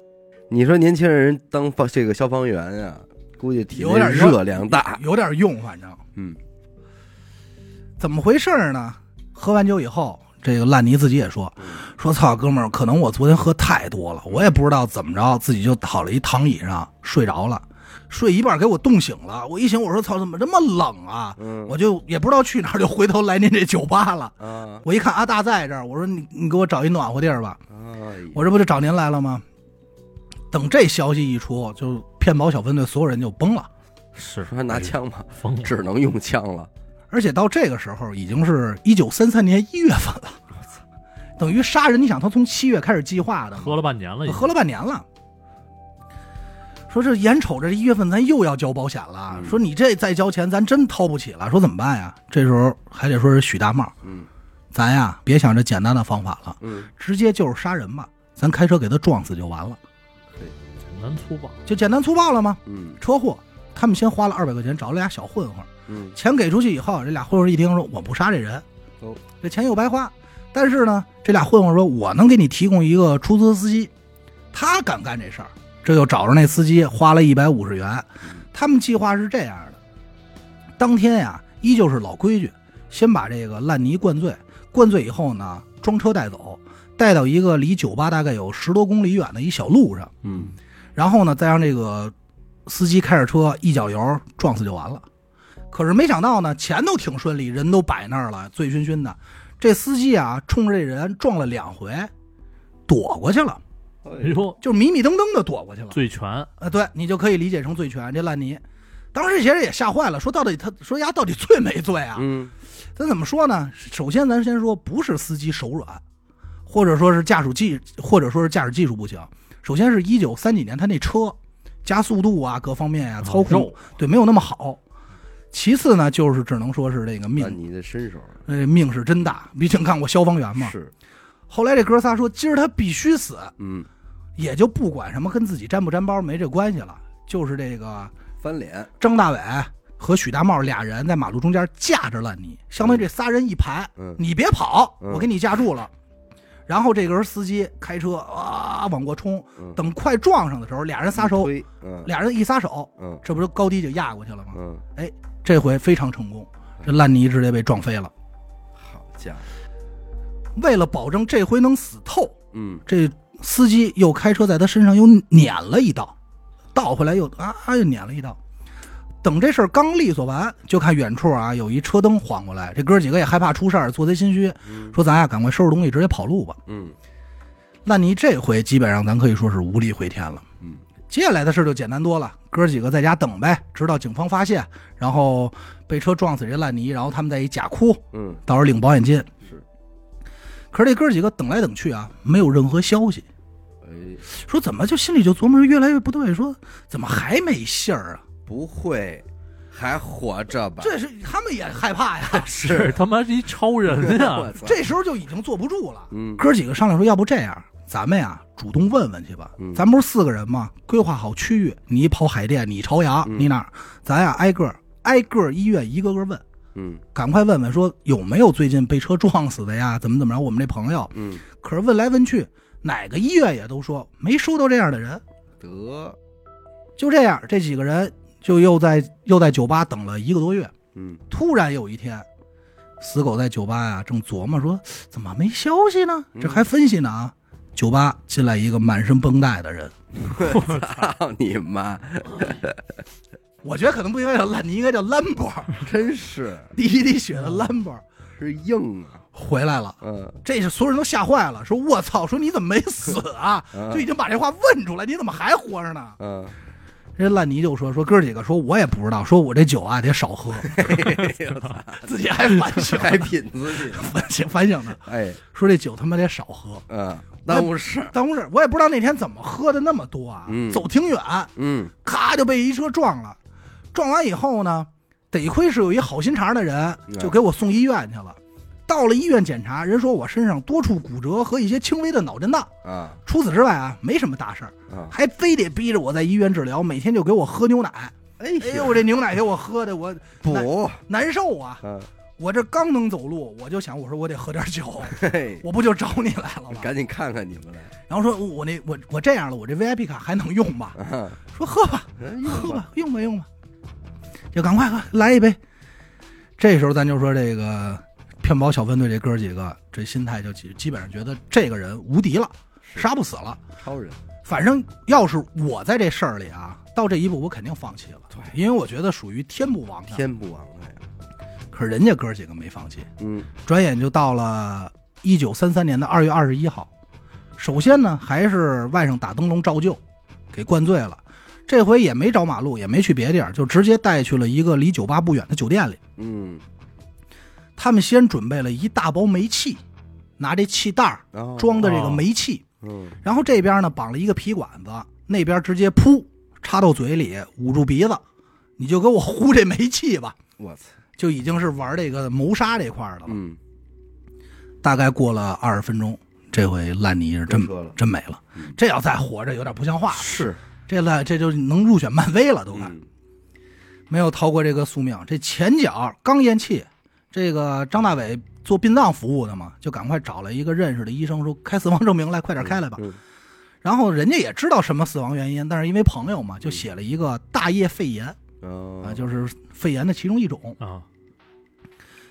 A: 你说年轻人当防这个消防员啊，估计体内
B: 有点
A: 热量大。
B: 有点用，反正
A: 嗯
B: 怎么回事儿呢？喝完酒以后，这个烂泥自己也说说操，哥们儿，可能我昨天喝太多了，我也不知道怎么着，自己就躺了一躺椅上睡着了，睡一半给我冻醒了。我一醒，我说操，怎么这么冷啊？
A: 嗯
B: 我就也不知道去哪儿，就回头来您这酒吧了。
A: 啊
B: 我一看阿大在这儿，我说你你给我找一暖和地儿吧。
A: 啊！
B: 我这不就找您来了吗？等这消息一出，就骗保小分队所有人就崩了。
C: 是哎
A: 说还拿枪吧，
C: 疯了，
A: 只能用枪了。
B: 而且到这个时候，已经是一九三三年一月份了。等于杀人，你想他从七月开始计划的嘛，
C: 喝了半年了已经，
B: 喝了半年了。说这眼瞅着这一月份咱又要交保险了，
A: 嗯
B: 说你这再交钱咱真掏不起了，说怎么办呀？这时候还得说是许大茂，
A: 嗯
B: 咱呀别想着简单的方法了，
A: 嗯，
B: 直接就是杀人吧，咱开车给他撞死就完了，
C: 简单粗暴，
B: 就简单粗暴了吗？
A: 嗯
B: 车祸，他们先花了二百块钱找了俩小混混，
A: 嗯
B: 钱给出去以后，这俩混混一听说我不杀这人，
A: 哦，
B: 这钱又白花。但是呢，这俩混混说我能给你提供一个出租车司机，他敢干这事儿，这就找着那司机花了一百五十元。
A: 嗯
B: 他们计划是这样的：当天呀、依旧是老规矩，先把这个烂泥灌醉，灌醉以后呢，装车带走，带到一个离酒吧大概有十多公里远的一小路上。
A: 嗯，
B: 然后呢，再让这个司机开着车一脚油撞死就完了。可是没想到呢，前头挺顺利，人都摆那儿了，醉醺醺的。这司机啊，冲着这人撞了两回，躲过去了，
C: 哎呦，
B: 就是迷迷瞪瞪的躲过去了。
C: 醉拳，
B: 呃，对你就可以理解成醉拳。这烂泥，当时这些人也吓坏了，说到底他说丫到底醉没醉啊？
A: 嗯
B: 咱怎么说呢？首先，咱先说不是司机手软，或者说是驾驶技，或者说是驾驶技术不行。首先是一九三几年，他那车加速度啊，各方面啊，操控
C: 肉
B: 对没有那么好。其次呢，就是只能说是这个
A: 那
B: 命，
A: 你的身手
B: 呃，命是真大。毕竟干过消防员嘛。
A: 是
B: 后来这哥仨说，今儿他必须死，
A: 嗯
B: 也就不管什么跟自己沾不沾包没这关系了。就是这个
A: 翻脸，
B: 张大伟和许大茂俩人在马路中间架着烂泥，相当于这仨人一排，
A: 嗯
B: 你别跑，
A: 嗯
B: 我给你架住了。然后这个人司机开车啊往过冲，
A: 嗯
B: 等快撞上的时候，俩人撒手，
A: 推，嗯
B: 俩人一撒手，
A: 嗯
B: 这不就高低就压过去了吗？
A: 嗯，
B: 这回非常成功，这烂泥直接被撞飞了。
A: 好家伙，
B: 为了保证这回能死透，
A: 嗯
B: 这司机又开车在他身上又碾了一道，倒回来又啊又碾了一道。等这事儿刚利索完，就看远处啊有一车灯晃过来，这哥几个也害怕出事儿，做贼心虚，
A: 嗯
B: 说咱呀赶快收拾东西直接跑路吧。
A: 嗯
B: 烂泥这回基本上咱可以说是无力回天了。
A: 嗯，
B: 接下来的事就简单多了，哥几个在家等呗，直到警方发现，然后被车撞死这烂泥，然后他们再一假哭，
A: 嗯
B: 到时候领保险金。
A: 是，
B: 可是这哥几个等来等去啊，没有任何消息，
A: 哎，
B: 说怎么就心里就琢磨着越来越不对，说怎么还没信儿啊？
A: 不会还活着吧？
B: 这是他们也害 怕呀，
C: 这他妈是一 超人
A: 我
C: 呀！
A: 操
B: 这时候就已经坐不住了。
A: 嗯
B: 哥几个商量说，要不这样，咱们呀主动问问去吧。
A: 嗯
B: 咱不是四个人吗？规划好区域，你跑海淀，你朝阳，
A: 嗯
B: 你哪儿？咱呀挨个儿挨个儿医院一个个问，
A: 嗯
B: 赶快问问说有没有最近被车撞死的呀？怎么怎么着？我们这朋友，
A: 嗯
B: 可是问来问去，哪个医院也都说没收到这样的人。
A: 得
B: 就这样，这几个人就又在又在酒吧等了一个多月。
A: 嗯
B: 突然有一天，死狗在酒吧呀、正琢磨说怎么没消息呢？
A: 嗯
B: 这还分析呢啊！酒吧进来一个满身绷带的人，
A: 操你妈，
B: 我觉得可能不应该叫烂泥，应该叫兰博，
A: 真是
B: 第一滴血的兰博
A: 是硬啊！
B: 回来了。
A: 嗯
B: 这是所有人都吓坏了，说我操，说你怎么没死 啊？
A: 嗯
B: 就已经把这话问出来，你怎么还活着呢？
A: 嗯，
B: 人家烂泥就说说哥几个，说我也不知道，说我这酒啊得 少喝，自己还反省
A: 还
B: 呢
A: 品自己，
B: 反省反省呢，
A: 哎
B: 说这酒他妈得少喝。
A: 嗯，耽误事儿，
B: 当时我也不知道那天怎么喝的那么多啊，
A: 嗯
B: 走挺远，
A: 嗯
B: 咔就被一车撞了。撞完以后呢，得亏是有一好心肠的人，
A: 嗯
B: 就给我送医院去了。到了医院检查，人说我身上多处骨折和一些轻微的脑震荡，
A: 啊
B: 除此之外啊，没什么大事儿，
A: 啊，
B: 还非得逼着我在医院治疗，每天就给我喝牛奶。
A: 哎
B: 哎呦，这牛奶给我喝的我
A: 补，
B: 难受啊！
A: 嗯
B: 我这刚能走路，我就想我说我得喝点酒，
A: 嘿，
B: 我不就找你来了吗？
A: 赶紧看看你们来，
B: 然后说我那我我这样了，我这 VIP 卡还能用吧？
A: 啊
B: 说喝 吧，
A: 人硬
B: 喝
A: 吧，
B: 吧，用吧用吧，就赶快喝，来一杯。这时候咱就说这个骗保小分队这哥几个，这心态就基基本上觉得这个人无敌了，
A: 是
B: 杀不死了。
A: 超人，
B: 反正要是我在这事儿里啊，到这一步我肯定放弃了，
A: 对
B: 因为我觉得属于天不亡的。
A: 天不亡了呀，
B: 可是人家哥几个没放弃，
A: 嗯
B: 转眼就到了一九三三年的二月二十一号。首先呢，还是外甥打灯笼照旧，给灌醉了。这回也没找马路，也没去别地儿，就直接带去了一个离酒吧不远的酒店里。
A: 嗯，
B: 他们先准备了一大包煤气，拿这气袋儿
A: 然后
B: 装的这个
C: 哦
B: 煤气，
A: 嗯
B: 然后这边呢绑了一个皮管子，那边直接噗插到嘴里，捂住鼻子，你就给我呼这煤气吧，
A: 我操，
B: 就已经是玩这个谋杀这块儿的了。
A: 嗯
B: 大概过了二十分钟，这回烂泥是真
A: 真说了嗯
B: 真没了。这要再活着，有点不像话了。
A: 是，
B: 这烂这就能入选漫威了，都快、
A: 嗯
B: 没有逃过这个宿命。这前脚刚咽气，这个张大伟做殡葬服务的嘛，就赶快找了一个认识的医生，说开死亡证明来，快点开来吧。
A: 嗯
B: 然后人家也知道什么死亡原因，但是因为朋友
A: 嗯
B: 嘛，就写了一个大叶肺炎啊、
A: 啊
B: 就是肺炎的其中一种。
C: 啊，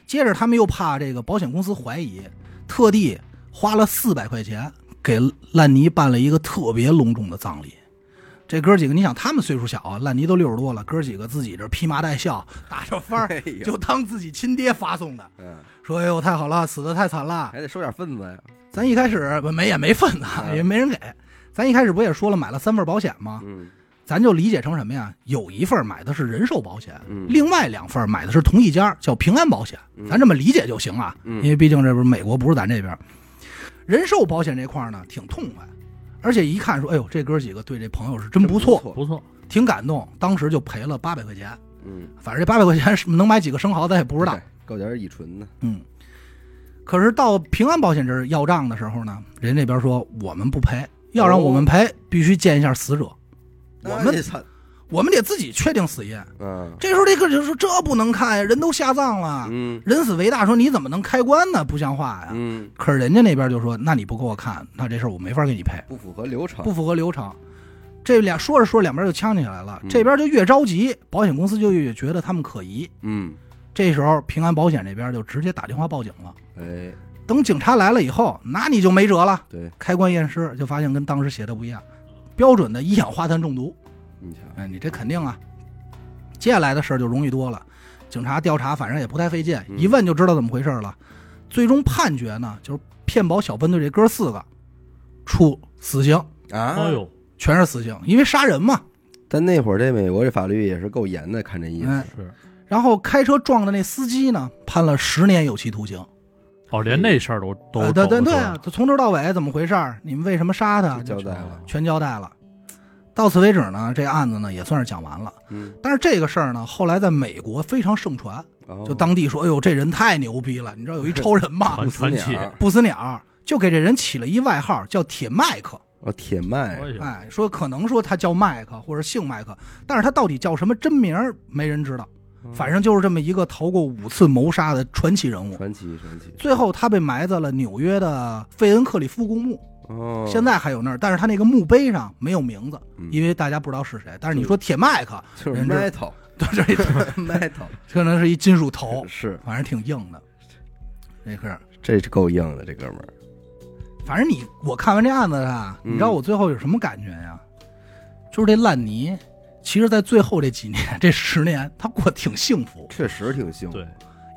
B: 接着他们又怕这个保险公司怀疑，特地花了四百块钱给烂泥办了一个特别隆重的葬礼。这哥几个，你想他们岁数小啊，烂泥都六十多了，哥几个自己这披麻戴孝，打着幡儿
A: 哎呦
B: 就当自己亲爹发送的，
A: 嗯，
B: 说：“哎呦，太好了，死的太惨了。
A: 还得收点份子呀，”
B: 咱一开始不没也没份子，
A: 嗯
B: 也没人给。咱一开始不也说了买了三份保险吗？
A: 嗯
B: 咱就理解成什么呀？有一份买的是人寿保险，
A: 嗯
B: 另外两份买的是同一家，叫平安保险，咱这么理解就行啊。
A: 嗯
B: 因为毕竟这不是美国，不是咱这边。人寿保险这块儿呢，挺痛快，而且一看说，哎呦，这哥几个对这朋友是真不错，
A: 真不
C: 不错，
B: 挺感动。当时就赔了八百块钱，
A: 嗯，
B: 反正这八百块钱是能买几个生蚝，咱也不知道
A: 对。，够哎点儿乙醇的，
B: 嗯。可是到平安保险这儿要账的时候呢，人那边说我们不赔，要
A: 哦
B: 让我们赔，必须见一下死者，我们
A: 那哎操，
B: 我们得自己确定死因。
A: 嗯
B: 这时候这个人说这不能看呀，人都下葬了，
A: 嗯
B: 人死为大，说你怎么能开棺呢？不像话呀！
A: 嗯，
B: 可是人家那边就说，那你不给我看，那这事儿我没法给你赔，
A: 不符合流程，
B: 不符合流程。这俩说着说着，两边就呛起来了，
A: 嗯
B: 这边就越着急，保险公司就越觉得他们可疑。
A: 嗯，
B: 这时候平安保险这边就直接打电话报警了。
A: 哎，
B: 等警察来了以后，那你就没辙了。
A: 对，
B: 开棺验尸就发现跟当时写的不一样，标准的一氧化碳中毒。
A: 你瞧，
B: 哎，你这肯定啊。接下来的事儿就容易多了，警察调查反正也不太费劲，
A: 嗯
B: 一问就知道怎么回事儿了。最终判决呢，就是骗保小分队这哥四个处死刑，
A: 啊
C: 哎，呦，
B: 全是死刑，因为杀人嘛。
A: 但那会儿这美国这法律也是够严的，看这意思。
B: 嗯，
C: 是
B: 然后开车撞的那司机呢，判了十年有期徒刑。
C: 哦，连那事儿都都
B: 呃
C: 都
B: 对对
C: 都
B: 对啊，从头到尾怎么回事儿？你们为什么杀他？
A: 交代了，
B: 全交代了。到此为止呢，这案子呢也算是讲完了。
A: 嗯，
B: 但是这个事儿呢，后来在美国非常盛传，
A: 哦
B: 就当地说：“哎呦，这人太牛逼了！”你知道有一超 人 吗？
C: 传传奇，
A: 鸟
B: 不死啊鸟就给这人起了一外号，叫铁麦克。
A: 哦，铁
C: 哎
A: 麦
C: 呦
B: 哎，说可能说他叫麦克或者姓麦克，但是他到底叫什么真名儿没人知道。
A: 嗯
B: 反正就是这么一个逃过五次谋杀的传奇人物。
A: 传奇传奇。
B: 最后，他被埋在了纽约的费恩克里夫公墓，
A: 哦，
B: 现在还有那儿，但是他那个墓碑上没有名字，
A: 嗯
B: 因为大家不知道是谁。但是你说铁麦克，
A: 就是
B: 人知
A: metal
B: 对，这
A: metal
B: 可能是一金属头，
A: 是
B: 反正挺硬的。这是，
A: 这是够硬的，这哥们儿。
B: 反正你我看完这案子啊，
A: 嗯
B: 你知道我最后有什么感觉呀？就是这烂泥，其实在最后这几年，这十年他过得挺幸福，
A: 确实挺幸福，
C: 对，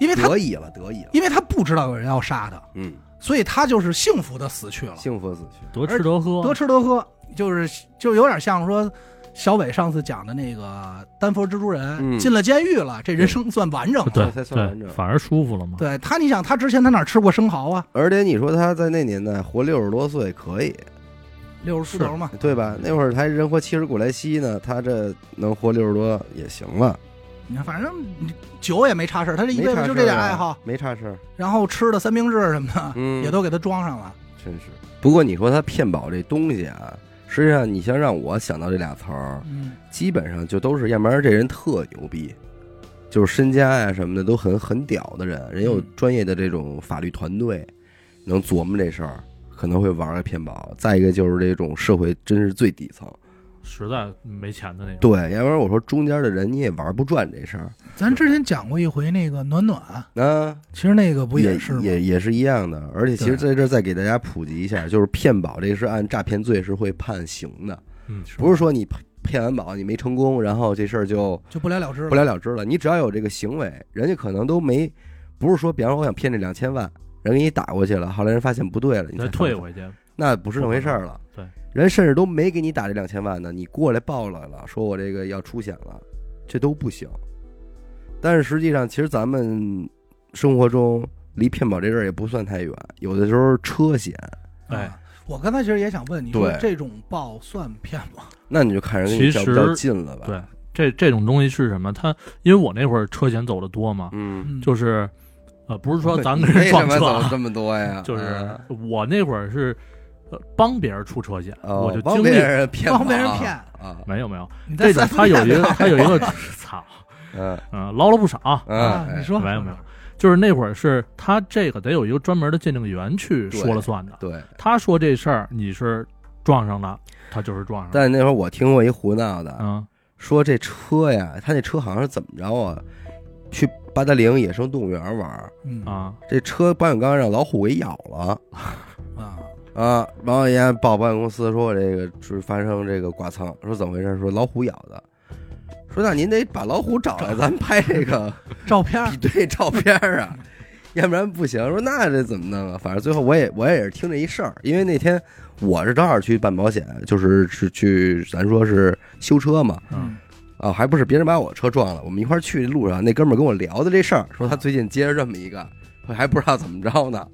B: 因为他
A: 得意了，得意了，
B: 因为他不知道有人要杀他，
A: 嗯，啊
B: 所以他就是幸福的死去了。
A: 幸福死去，
C: 得吃得喝，
B: 得吃得喝，就是就有点像说小伟上次讲的那个丹佛蜘蛛人、
A: 嗯
B: 进了监狱了，这人生算完整了。
C: 对
A: 才算完整
C: 对，反而舒服了嘛。
B: 对他，你想他之前他哪吃过生蚝啊？
A: 而且你说他在那年代活六十多岁可以，
B: 六十出头嘛，
A: 对吧？那会儿他人活七十古来稀呢，他这能活六十多也行了，
B: 你看反正你酒也没差事儿，他这一
A: 没
B: 辈
A: 差
B: 子
A: 事
B: 就
A: 儿
B: 这点
A: 啊
B: 爱好，，
A: 没差事儿，
B: 然后吃的三明治什么的、
A: 嗯
B: 也都给他装上了。
A: 真是。不过你说他骗保这东西啊，实际上你像让我想到这俩词儿，
B: 嗯，
A: 基本上就都是，要不然这人特牛逼，就是身家呀、什么的都很很屌的人，人
B: 嗯
A: 有专业的这种法律团队，能琢磨这事儿，可能会玩个骗保。再一个就是这种社会真是最底层，
C: 实在没钱的那种，
A: 对，要不然我说中间的人你也玩不转这事儿，
B: 咱之前讲过一回那个暖暖，
A: 那、
B: 其实那个不
A: 也
B: 是吗？
A: 也也是一样的。而且其实在这儿再给大家普及一下，就是骗保这是按诈骗罪是会判刑的，
C: 嗯，
A: 不是说你骗骗完保你没成功，然后这事儿就。
B: 就不了了之了。
A: 不了了之了。你只要有这个行为，人家可能都没，不是说，比方说我想骗这两千万，人给你打过去了，后来人发现不对了，你
C: 再
A: 才
C: 退
A: 回，
C: 回去，
A: 那不是那回事儿了。
C: 对，
A: 人甚至都没给你打这两千万呢，你过来报来了，说我这个要出险了，这都不行。但是实际上，其实咱们生活中离骗保这阵儿也不算太远，有的时候车险，
C: 哎
B: 啊，我刚才其实也想问你说
A: 对
B: 这种报算骗吗？
A: 那你就看人跟你
C: 其
A: 较不较
C: 实
A: 劲了吧？
C: 对，这这种东西是什么？他因为我那会儿车险走的多嘛，
A: 嗯，
B: 嗯
C: 就是呃，不是说咱 跟
A: 你为什
C: 人撞
A: 么
C: 车
A: 走
C: 啊，
A: 这么多呀？
C: 就是
A: 啊
C: 我那会儿是呃帮别人出车险，
A: 哦
C: 我就
A: 帮
C: 经
A: 别
C: 历
A: 人骗保，
B: 帮别人骗
A: 啊，
C: 没有没有
B: 你在
C: 这种，他有一个
B: 啊
C: 他有一个操，
A: 嗯
C: 嗯，捞了不少。
A: 嗯
B: 啊，，
A: 哎
B: 你说
C: 没有没有就是那会儿是他这个得有一个专门的鉴定员去说了算的，
A: 对，
C: 他说这事儿你是撞上了，他就是撞上了。
A: 但那会儿我听过一胡闹的，
C: 嗯，
A: 说这车呀，他那车好像是怎么着啊？去八达岭野生动物园玩儿，
B: 嗯
C: 啊，
A: 这车保险杠让老虎给咬了
B: 啊，
A: 啊！保险员报保险公司说我这个就是发生这个剐蹭，说怎么回事？说老虎咬的。说那您得把老虎找来，咱们拍这个
B: 照片儿
A: 比对照片儿啊，要不然不行。说那这怎么弄啊？反正最后我也我也是听这一事儿，因为那天我是正好去办保险，就是是去咱说是修车嘛，
C: 嗯
A: 啊，还不是别人把我车撞了，我们一块儿去路上，那哥们儿跟我聊的这事儿，说他最近接着这么一个，还不知道怎么着呢，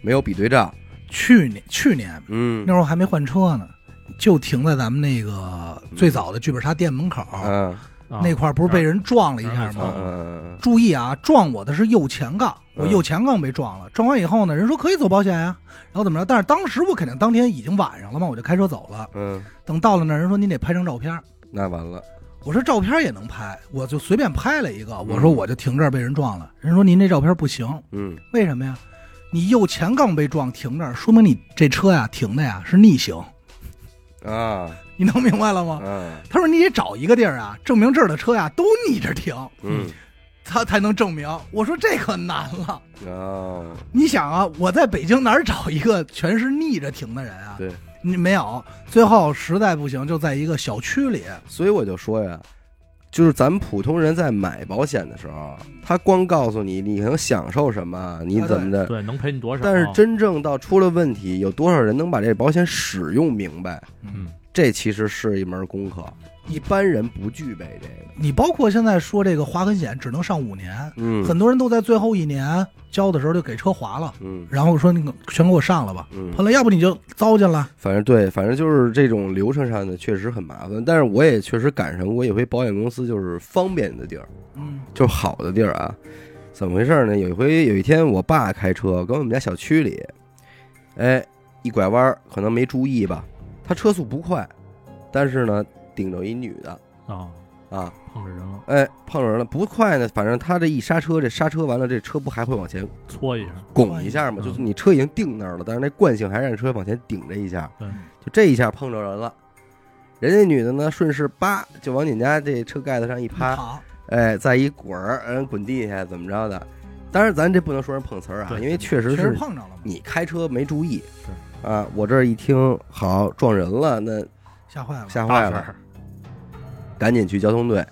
A: 没有比对照，
B: 去年去年
A: 嗯
B: 那会儿我还没换车呢，就停在咱们那个最早的剧本杀店门口、
A: 嗯
C: 嗯啊
B: 那块儿，不是被人撞了一下
A: 嗯
B: 吗？
A: 嗯
B: 注意啊，撞我的是右前杠，我
A: 嗯
B: 右前杠被撞了。撞完以后呢，人说可以走保险呀、啊然后怎么着？但是当时我肯定当天已经晚上了嘛，我就开车走了。
A: 嗯，
B: 等到了那儿，人说您得拍张照片儿。
A: 那完了，
B: 我说照片儿也能拍，我就随便拍了一个。我说我就停这儿被人撞了，人说您这照片儿不行，
A: 嗯，
B: 为什么呀？你右前杠被撞停这儿，说明你这车呀停的呀是逆行，
A: 啊，
B: 你能明白了吗？
A: 嗯
B: 他说你得找一个地儿啊，证明这儿的车呀都逆着停，
A: 嗯，
B: 他才能证明。我说这可难了，
A: 哦，
B: 你想啊，我在北京哪儿找一个全是逆着停的人啊？
A: 对，
B: 你没有。最后实在不行，就在一个小区里，
A: 所以我就说呀，就是咱们普通人在买保险的时候，他光告诉你你能享受什么，你怎么的，
C: 对，能赔你多少？啊
A: 但是真正到出了问题，有多少人能把这保险使用明白？
C: 嗯，
A: 这其实是一门功课，一般人不具备这个。
B: 你包括现在说这个划痕险只能上五年，
A: 嗯
B: 很多人都在最后一年交的时候就给车划了，
A: 嗯
B: 然后说你全给我上了吧。
A: 嗯，
B: 后来要不你就糟践了，
A: 反正对，反正就是这种流程上的确实很麻烦，但是我也确实赶上过一回保险公司就是方便的地儿，
B: 嗯
A: 就是好的地儿啊。怎么回事呢？有一回有一天，我爸开车跟我们家小区里，哎，一拐弯儿可能没注意吧，他车速不快，但是呢顶着一女的
C: 啊，
A: 啊，
C: 碰着人了，
A: 哎碰着人了，不快呢，反正他这一刹车，这刹车完了，这车不还会往前
C: 搓一下，
A: 拱一下嘛，
C: 嗯
A: 就是你车已经定那儿了，但是那惯性还让车往前顶着一下，
C: 对
A: 就这一下碰着人了。人家女的呢，顺势叭就往你家这车盖子上一趴，
B: 好，
A: 哎，再一滚儿，让人滚地下，怎么着的？当然，咱这不能说人碰瓷儿啊，
C: 对
A: 因为确实
B: 确实
A: 是
B: 碰着了嘛，
A: 你开车没注意。啊，我这一听，好撞人了，那
B: 吓坏了，
A: 吓坏
C: 大
A: 了，
C: 事
A: 赶紧去交通队。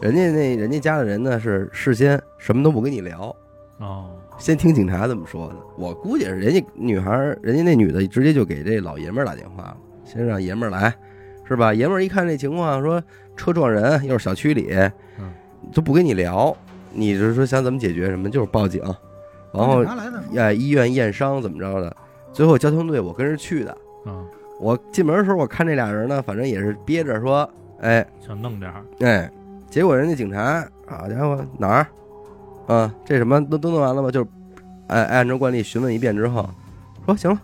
A: 人家那人家家的人呢是事先什么都不跟你聊，
C: 哦，
A: 先听警察怎么说的。我估计是人家女孩儿，人家那女的直接就给这老爷们儿打电话了，先让爷们儿来，是吧？爷们儿一看这情况，说车撞人，又是小区里，
C: 嗯，
A: 都不跟你聊，你是说想怎么解决什么？就是报警，然后
B: 拿来的说，
A: 哎医院验伤怎么着的，最后交通队我跟着去的。
C: 啊，
A: 我进门的时候，我看这俩人呢，反正也是憋着说，哎
C: 想弄点儿，
A: 哎，结果人家警察，好家伙，哪儿？啊，这什么都都弄完了吗？就是，哎，按照惯例询问一遍之后，说行了，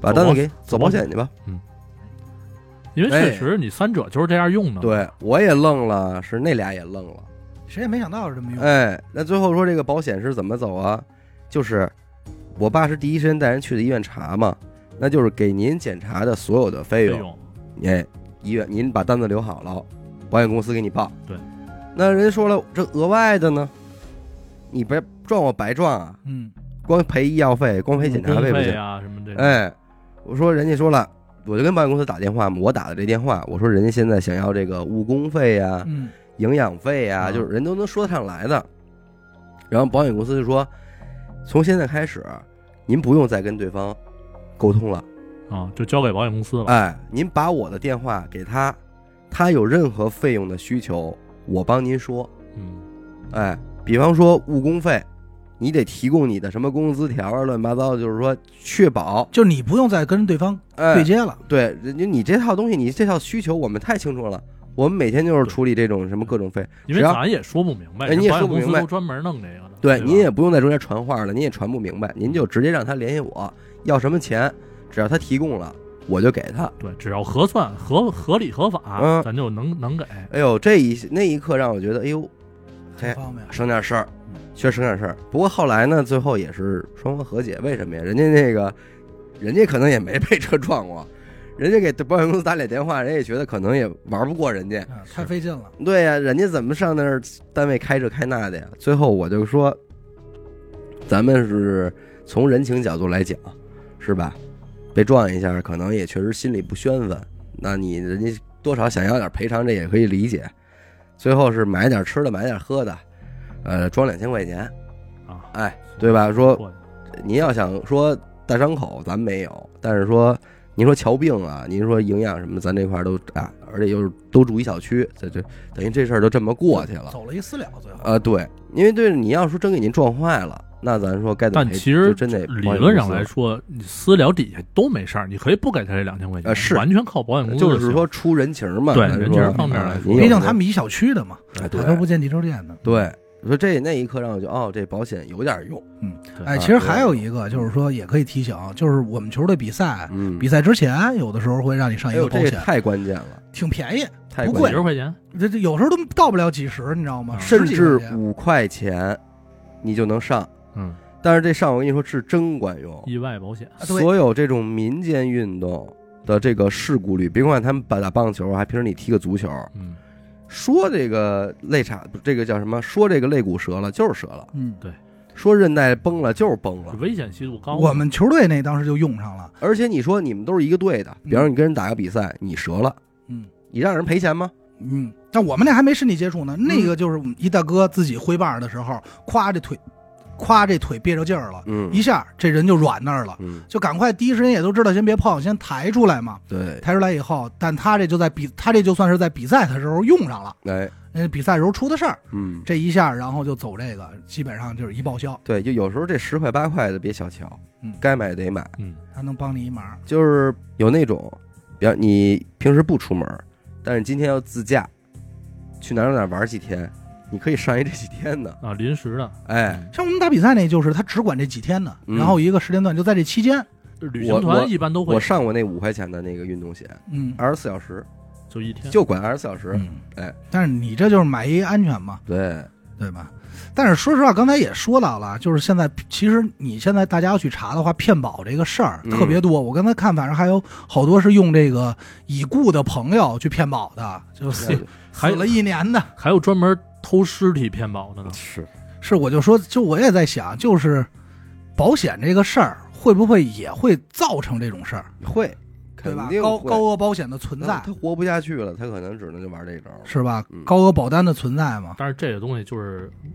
A: 把单子给走
C: 保
A: 保
C: 险
A: 险去吧。嗯
C: 因为
A: 哎
C: 确实你三者就是这样用的，，
A: 对，我也愣了，是那俩也愣了。
B: 谁也没想到是这么用，
A: 哎，那最后说这个保险是怎么走啊？就是我爸是第一时间带人去的医院查嘛，那就是给您检查的所有的费
C: 费
A: 用，
C: 用
A: 哎，医院您把单子留好了，保险公司给你报。
C: 对，
A: 那人家说了，这额外的呢，你别撞我白撞啊，
B: 嗯，
A: 光赔医药费，光赔检查费
C: 公
A: 不
C: 费
A: 行。
C: 啊什么这种，
A: 哎，我说人家说了，我就跟保险公司打电话嘛，我打的这电话，我说人家现在想要这个误工费呀、
B: 嗯，
A: 营养费呀、
C: 嗯
A: 就是人都能说得上来的。然后保险公司就说，从现在开始，您不用再跟对方沟通了，
C: 啊，就交给保险公司了，
A: 哎，您把我的电话给他，他有任何费用的需求，我帮您说。
C: 嗯，
A: 哎，比方说误工费，你得提供你的什么工资条啊，乱七八糟的，就是说确保。
B: 就你不用再跟对方对
A: 哎，
B: 接了，
A: 对，人家你这套东西，你这套需求我们太清楚了，我们每天就是处理这种什么各种费。
C: 因为
A: 只要
C: 咱也说不明白，
A: 哎你也
C: 保
A: 说
C: 险
A: 不
C: 公司
A: 明白
C: 都专门弄这个的，
A: 对，
C: 吧
A: 您也不用在中间传话了，您也传不明白，您就直接让他联系我，要什么钱，只要他提供了，我就给他。
C: 对，只要核算合合理合法，
A: 嗯
C: 咱就能能给，
A: 哎呦，这一那一刻让我觉得，哎呦，
B: 挺
A: 哎，
B: 方便，
A: 省点事儿，确实省点事儿。不过后来呢，最后也是双方和解，为什么呀？人家那个，人家可能也没 被车撞过，人家给保险公司打俩电话，人家也觉得可能也玩不过人家，
B: 啊太费劲了，
A: 对呀、人家怎么上那儿单位开这开那的呀？最后我就说，咱们是从人情角度来讲，是吧？被撞一下，可能也确实心里不宣愤。那你人家多少想要点赔偿，这也可以理解。最后是买点吃的，买点喝的，呃，装两千块钱，
C: 啊，
A: 哎，对吧？说
C: 过去
A: 您要想说大伤口，咱没有，但是说您说瞧病啊，您说营养什么，咱这块儿都啊，而且又是都住一小区，这这等于这事儿就这么过去了。
B: 走了一私了，最后，
A: 啊，对，因为对你要说真给您撞坏了，那咱说该怎么
C: 但
A: 赔，
C: 其实
A: 就真得
C: 理
A: 保险公
C: 论上
A: 司
C: 来说，你私聊底下都没事儿，你可以不给他这两千块钱，
A: 呃是
C: 完全靠保险公司
A: 就是
C: 行
A: 说出人情嘛，
C: 对
A: 咱
C: 人
A: 说
C: 情方面来
A: 啊你
C: 说
A: 有
B: 毕
A: 时
B: 竟
A: 候
B: 他们一小区的嘛，
A: 哎
B: 打车
A: 对
B: 不见提车店的，
A: 对，说这那一刻让我觉得哦，这保险有点用，
B: 哎，
A: 啊
B: 其
A: 对
B: 实还有一个就是说，也可以提醒，就是我们球队比赛，
A: 嗯，
B: 比赛之前有的时候会让你上
A: 哎
B: 一个
A: 呦，
B: 保
A: 这个
B: 险，
A: 太关键了，
B: 挺便宜，
A: 太
B: 不
A: 关键了
B: 贵
C: 几十块钱，
B: 这这有时候都到不了几十，你知道吗？
C: 啊
A: 甚
B: 十几
A: 至
B: 块钱
A: 五块钱你就能上，
C: 嗯，
A: 但是这上我跟你说是真管用，
C: 意外保险，
B: 啊对
A: 所有这种民间运动的这个事故率，别管他们打打棒球，还平时你踢个足球，
C: 嗯，
A: 说这个肋叉，不这个叫什么？说这个肋骨折了就是折了，
B: 嗯，
A: 说韧带崩了就是崩了。
C: 危险系数高，
B: 我们球队那当时就用上了，
A: 而且你说你们都是一个队的，比方说你跟人打个比赛，你折了，
B: 嗯
A: 你让人赔钱吗？
B: 嗯，但我们那还没身体接触呢，
A: 嗯
B: 那个就是我们一大哥自己挥棒的时候，夸这腿，夸这腿憋着劲儿了，
A: 嗯
B: 一下这人就软那儿了，
A: 嗯，
B: 就赶快第一时间也都知道，先别碰，先抬出来嘛。
A: 对，
B: 抬出来以后，但他这就在比，他这就算是在比赛的时候用上了，
A: 哎，
B: 那比赛时候出的事儿，
A: 嗯，
B: 这一下然后就走这个，基本上就是一报销，
A: 对，就有时候这十块八块的别小瞧
B: 嗯，
A: 该买得买。
C: 嗯，
B: 他能帮你一忙。
A: 就是有那种，比方你平时不出门，但是今天要自驾，去哪儿哪儿玩几天，你可以上一这几天 的。
C: 啊，临时的
A: 哎，
B: 像我们打比赛那就是他只管这几天呢，
A: 嗯
B: 然后一个时间段就在这期间，
C: 旅
A: 我
C: 行
A: 我
C: 团一般都会
A: 我上过那五块钱的那个运动险，
B: 嗯，
A: 二十四小时
C: 就一天，
A: 就管二十四小时。
B: 嗯
A: 哎，
B: 但是你这就是买一安全嘛，
A: 对，
B: 对吧？但是说实话，刚才也说到了，就是现在其实你现在大家要去查的话，骗保这个事儿
A: 嗯
B: 特别多。我刚才看，反正还有好多是用这个已故的朋友去骗保的，就死
C: 还
B: 死了一年的。
C: 还有专门偷尸体骗保的呢。
A: 是
B: 是，我就说，就我也在想，就是保险这个事儿会不会也会造成这种事儿，
A: 会，
B: 对
A: 肯
B: 吧
A: 定？
B: 高
A: 会
B: 高额保险的存
A: 那
B: 在
A: 他活不下去了，他可能只能就玩这招了
B: 是吧
A: 嗯？
B: 高额保单的存在嘛。
C: 但是这个东西就是嗯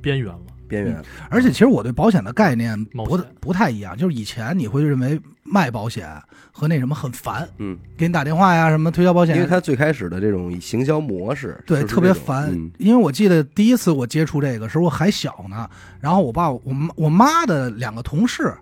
C: 边缘了，
A: 边缘。
B: 而且其实我对保险的概念不
C: 冒
B: 太
C: 险
B: 不太一样，就是以前你会认为卖保险和那什么很烦，
A: 嗯，
B: 给你打电话呀，什么推销保
A: 因为
B: 险，
A: 他最开始的这种行销模式，
B: 对
A: 就是
B: 特别
A: 这种
B: 烦
A: 嗯。
B: 因为我记得第一次我接触这个时候我还小呢，然后我爸我妈我妈的两个同事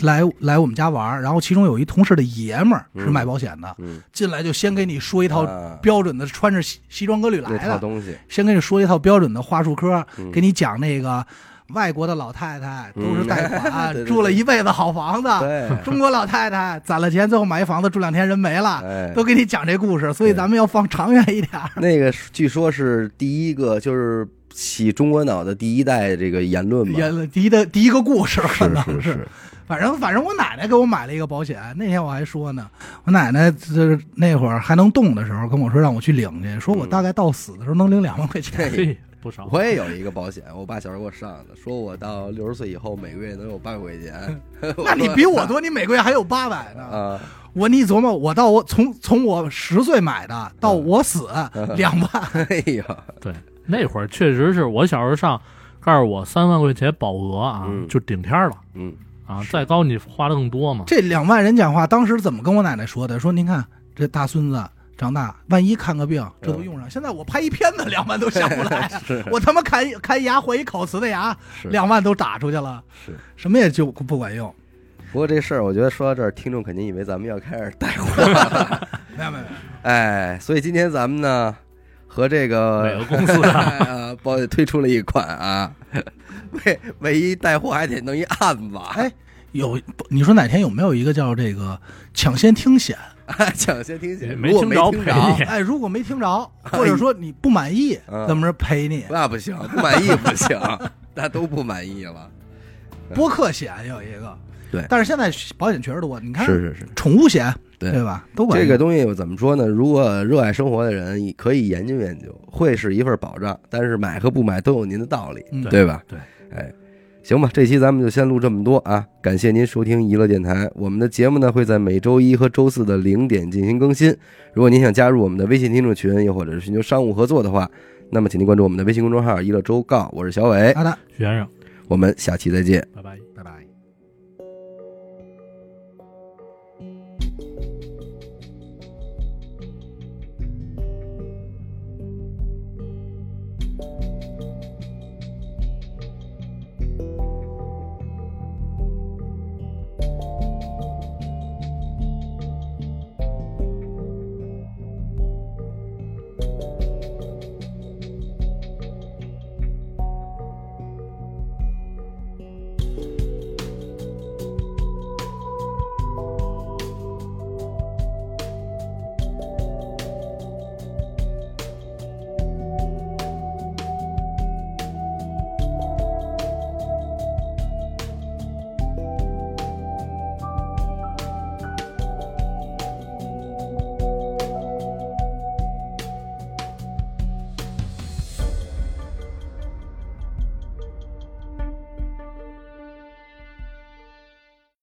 B: 来来我们家玩儿，然后其中有一同事的爷们儿是卖保险的，
A: 嗯，
B: 进来就先给你说一
A: 一
B: 套标准的，穿着西西装革履
A: 那
B: 来
A: 套
B: 的，
A: 东西，
B: 先跟你说一套标准的话术科，
A: 嗯
B: 给你讲那个外国的老太太都是贷款、
A: 嗯 对对对
B: 住了一辈子好房子，
A: 对，
B: 中国老太太攒了钱最后买一房子住两天人没了，
A: 哎，
B: 都给你讲这故事，所以
A: 对
B: 咱们要放长远一点儿。
A: 那个是据说是第一个，就是洗中国脑的第一代这个言论嘛，
B: 也第一的第一个故事可能
A: 是是，
B: 反正反正我奶奶给我买了一个保险，那天我还说呢，我奶奶就是那会儿还能动的时候跟我说让我去领去，说我
A: 嗯
B: 大概到死的时候能领两万块钱。
A: 嘿
C: 嘿，不少。
A: 我也有一个保险，我爸小时候给我上的，说我到六十岁以后每个月能有八百块 钱。
B: 那你比我多，你每个月还有八百呢。
A: 啊，
B: 我你琢磨，我到我从从我十岁买的到
A: 嗯
B: 我 死两万，
A: 哎呀，
C: 对，那会儿确实是我小时候上，告诉我三万块钱保额啊，
A: 嗯
C: 就顶天儿了
A: 嗯，，
C: 啊，再高你花的更多嘛。
B: 这两万人讲话，当时怎么跟我奶奶说的？说您看这大孙子长大，万一看个病，这都用上。现在我拍一片子，两万都下不来
A: 嗯 是
B: 我他妈看一看一牙换一烤瓷的牙，
A: 是
B: 两万都打出去了，
A: 是。
B: 什么也就不管用。
A: 不过这事儿，我觉得说到这儿，听众肯定以为咱们要开始带货 了。
B: 没有没有，
A: 哎，所以今天咱们呢，和这
C: 每
A: 个
C: 个 公司啊，
A: 呃包推出了一款啊，为为一带货还得弄一案子，
B: 哎，有你说哪天有没有一个叫这个抢先听险？
A: 啊抢先听写，
C: 没
A: 如果
C: 听
A: 没
C: 着
A: 听
C: 赔
A: 着
C: 你
B: 哎，如果没听着，或者说你不满意
A: 哎，
B: 怎么着赔你？
A: 那不行，不满意不行， 那都不满意了。
B: 播客险有一个，
A: 对
B: 但是现在保险确实多，你看
A: 是是，
B: 宠物险，
A: 对
B: 吧？都管
A: 这个东西我怎么说呢？如果热爱生活的人可以研究研究，会是一份保障，但是买和不买都有您的道理，
B: 嗯
A: 对吧？
C: 对，
A: 哎。行吧，这期咱们就先录这么多啊！感谢您收听娱乐电台，我们的节目呢会在每周一和周四的零点进行更新。如果您想加入我们的微信听众群，又或者是寻求商务合作的话，那么请您关注我们的微信公众号“娱乐周告”，我是小伟，
B: 好的，
C: 徐先生，
A: 我们下期再见。
C: 拜拜。
B: 拜拜。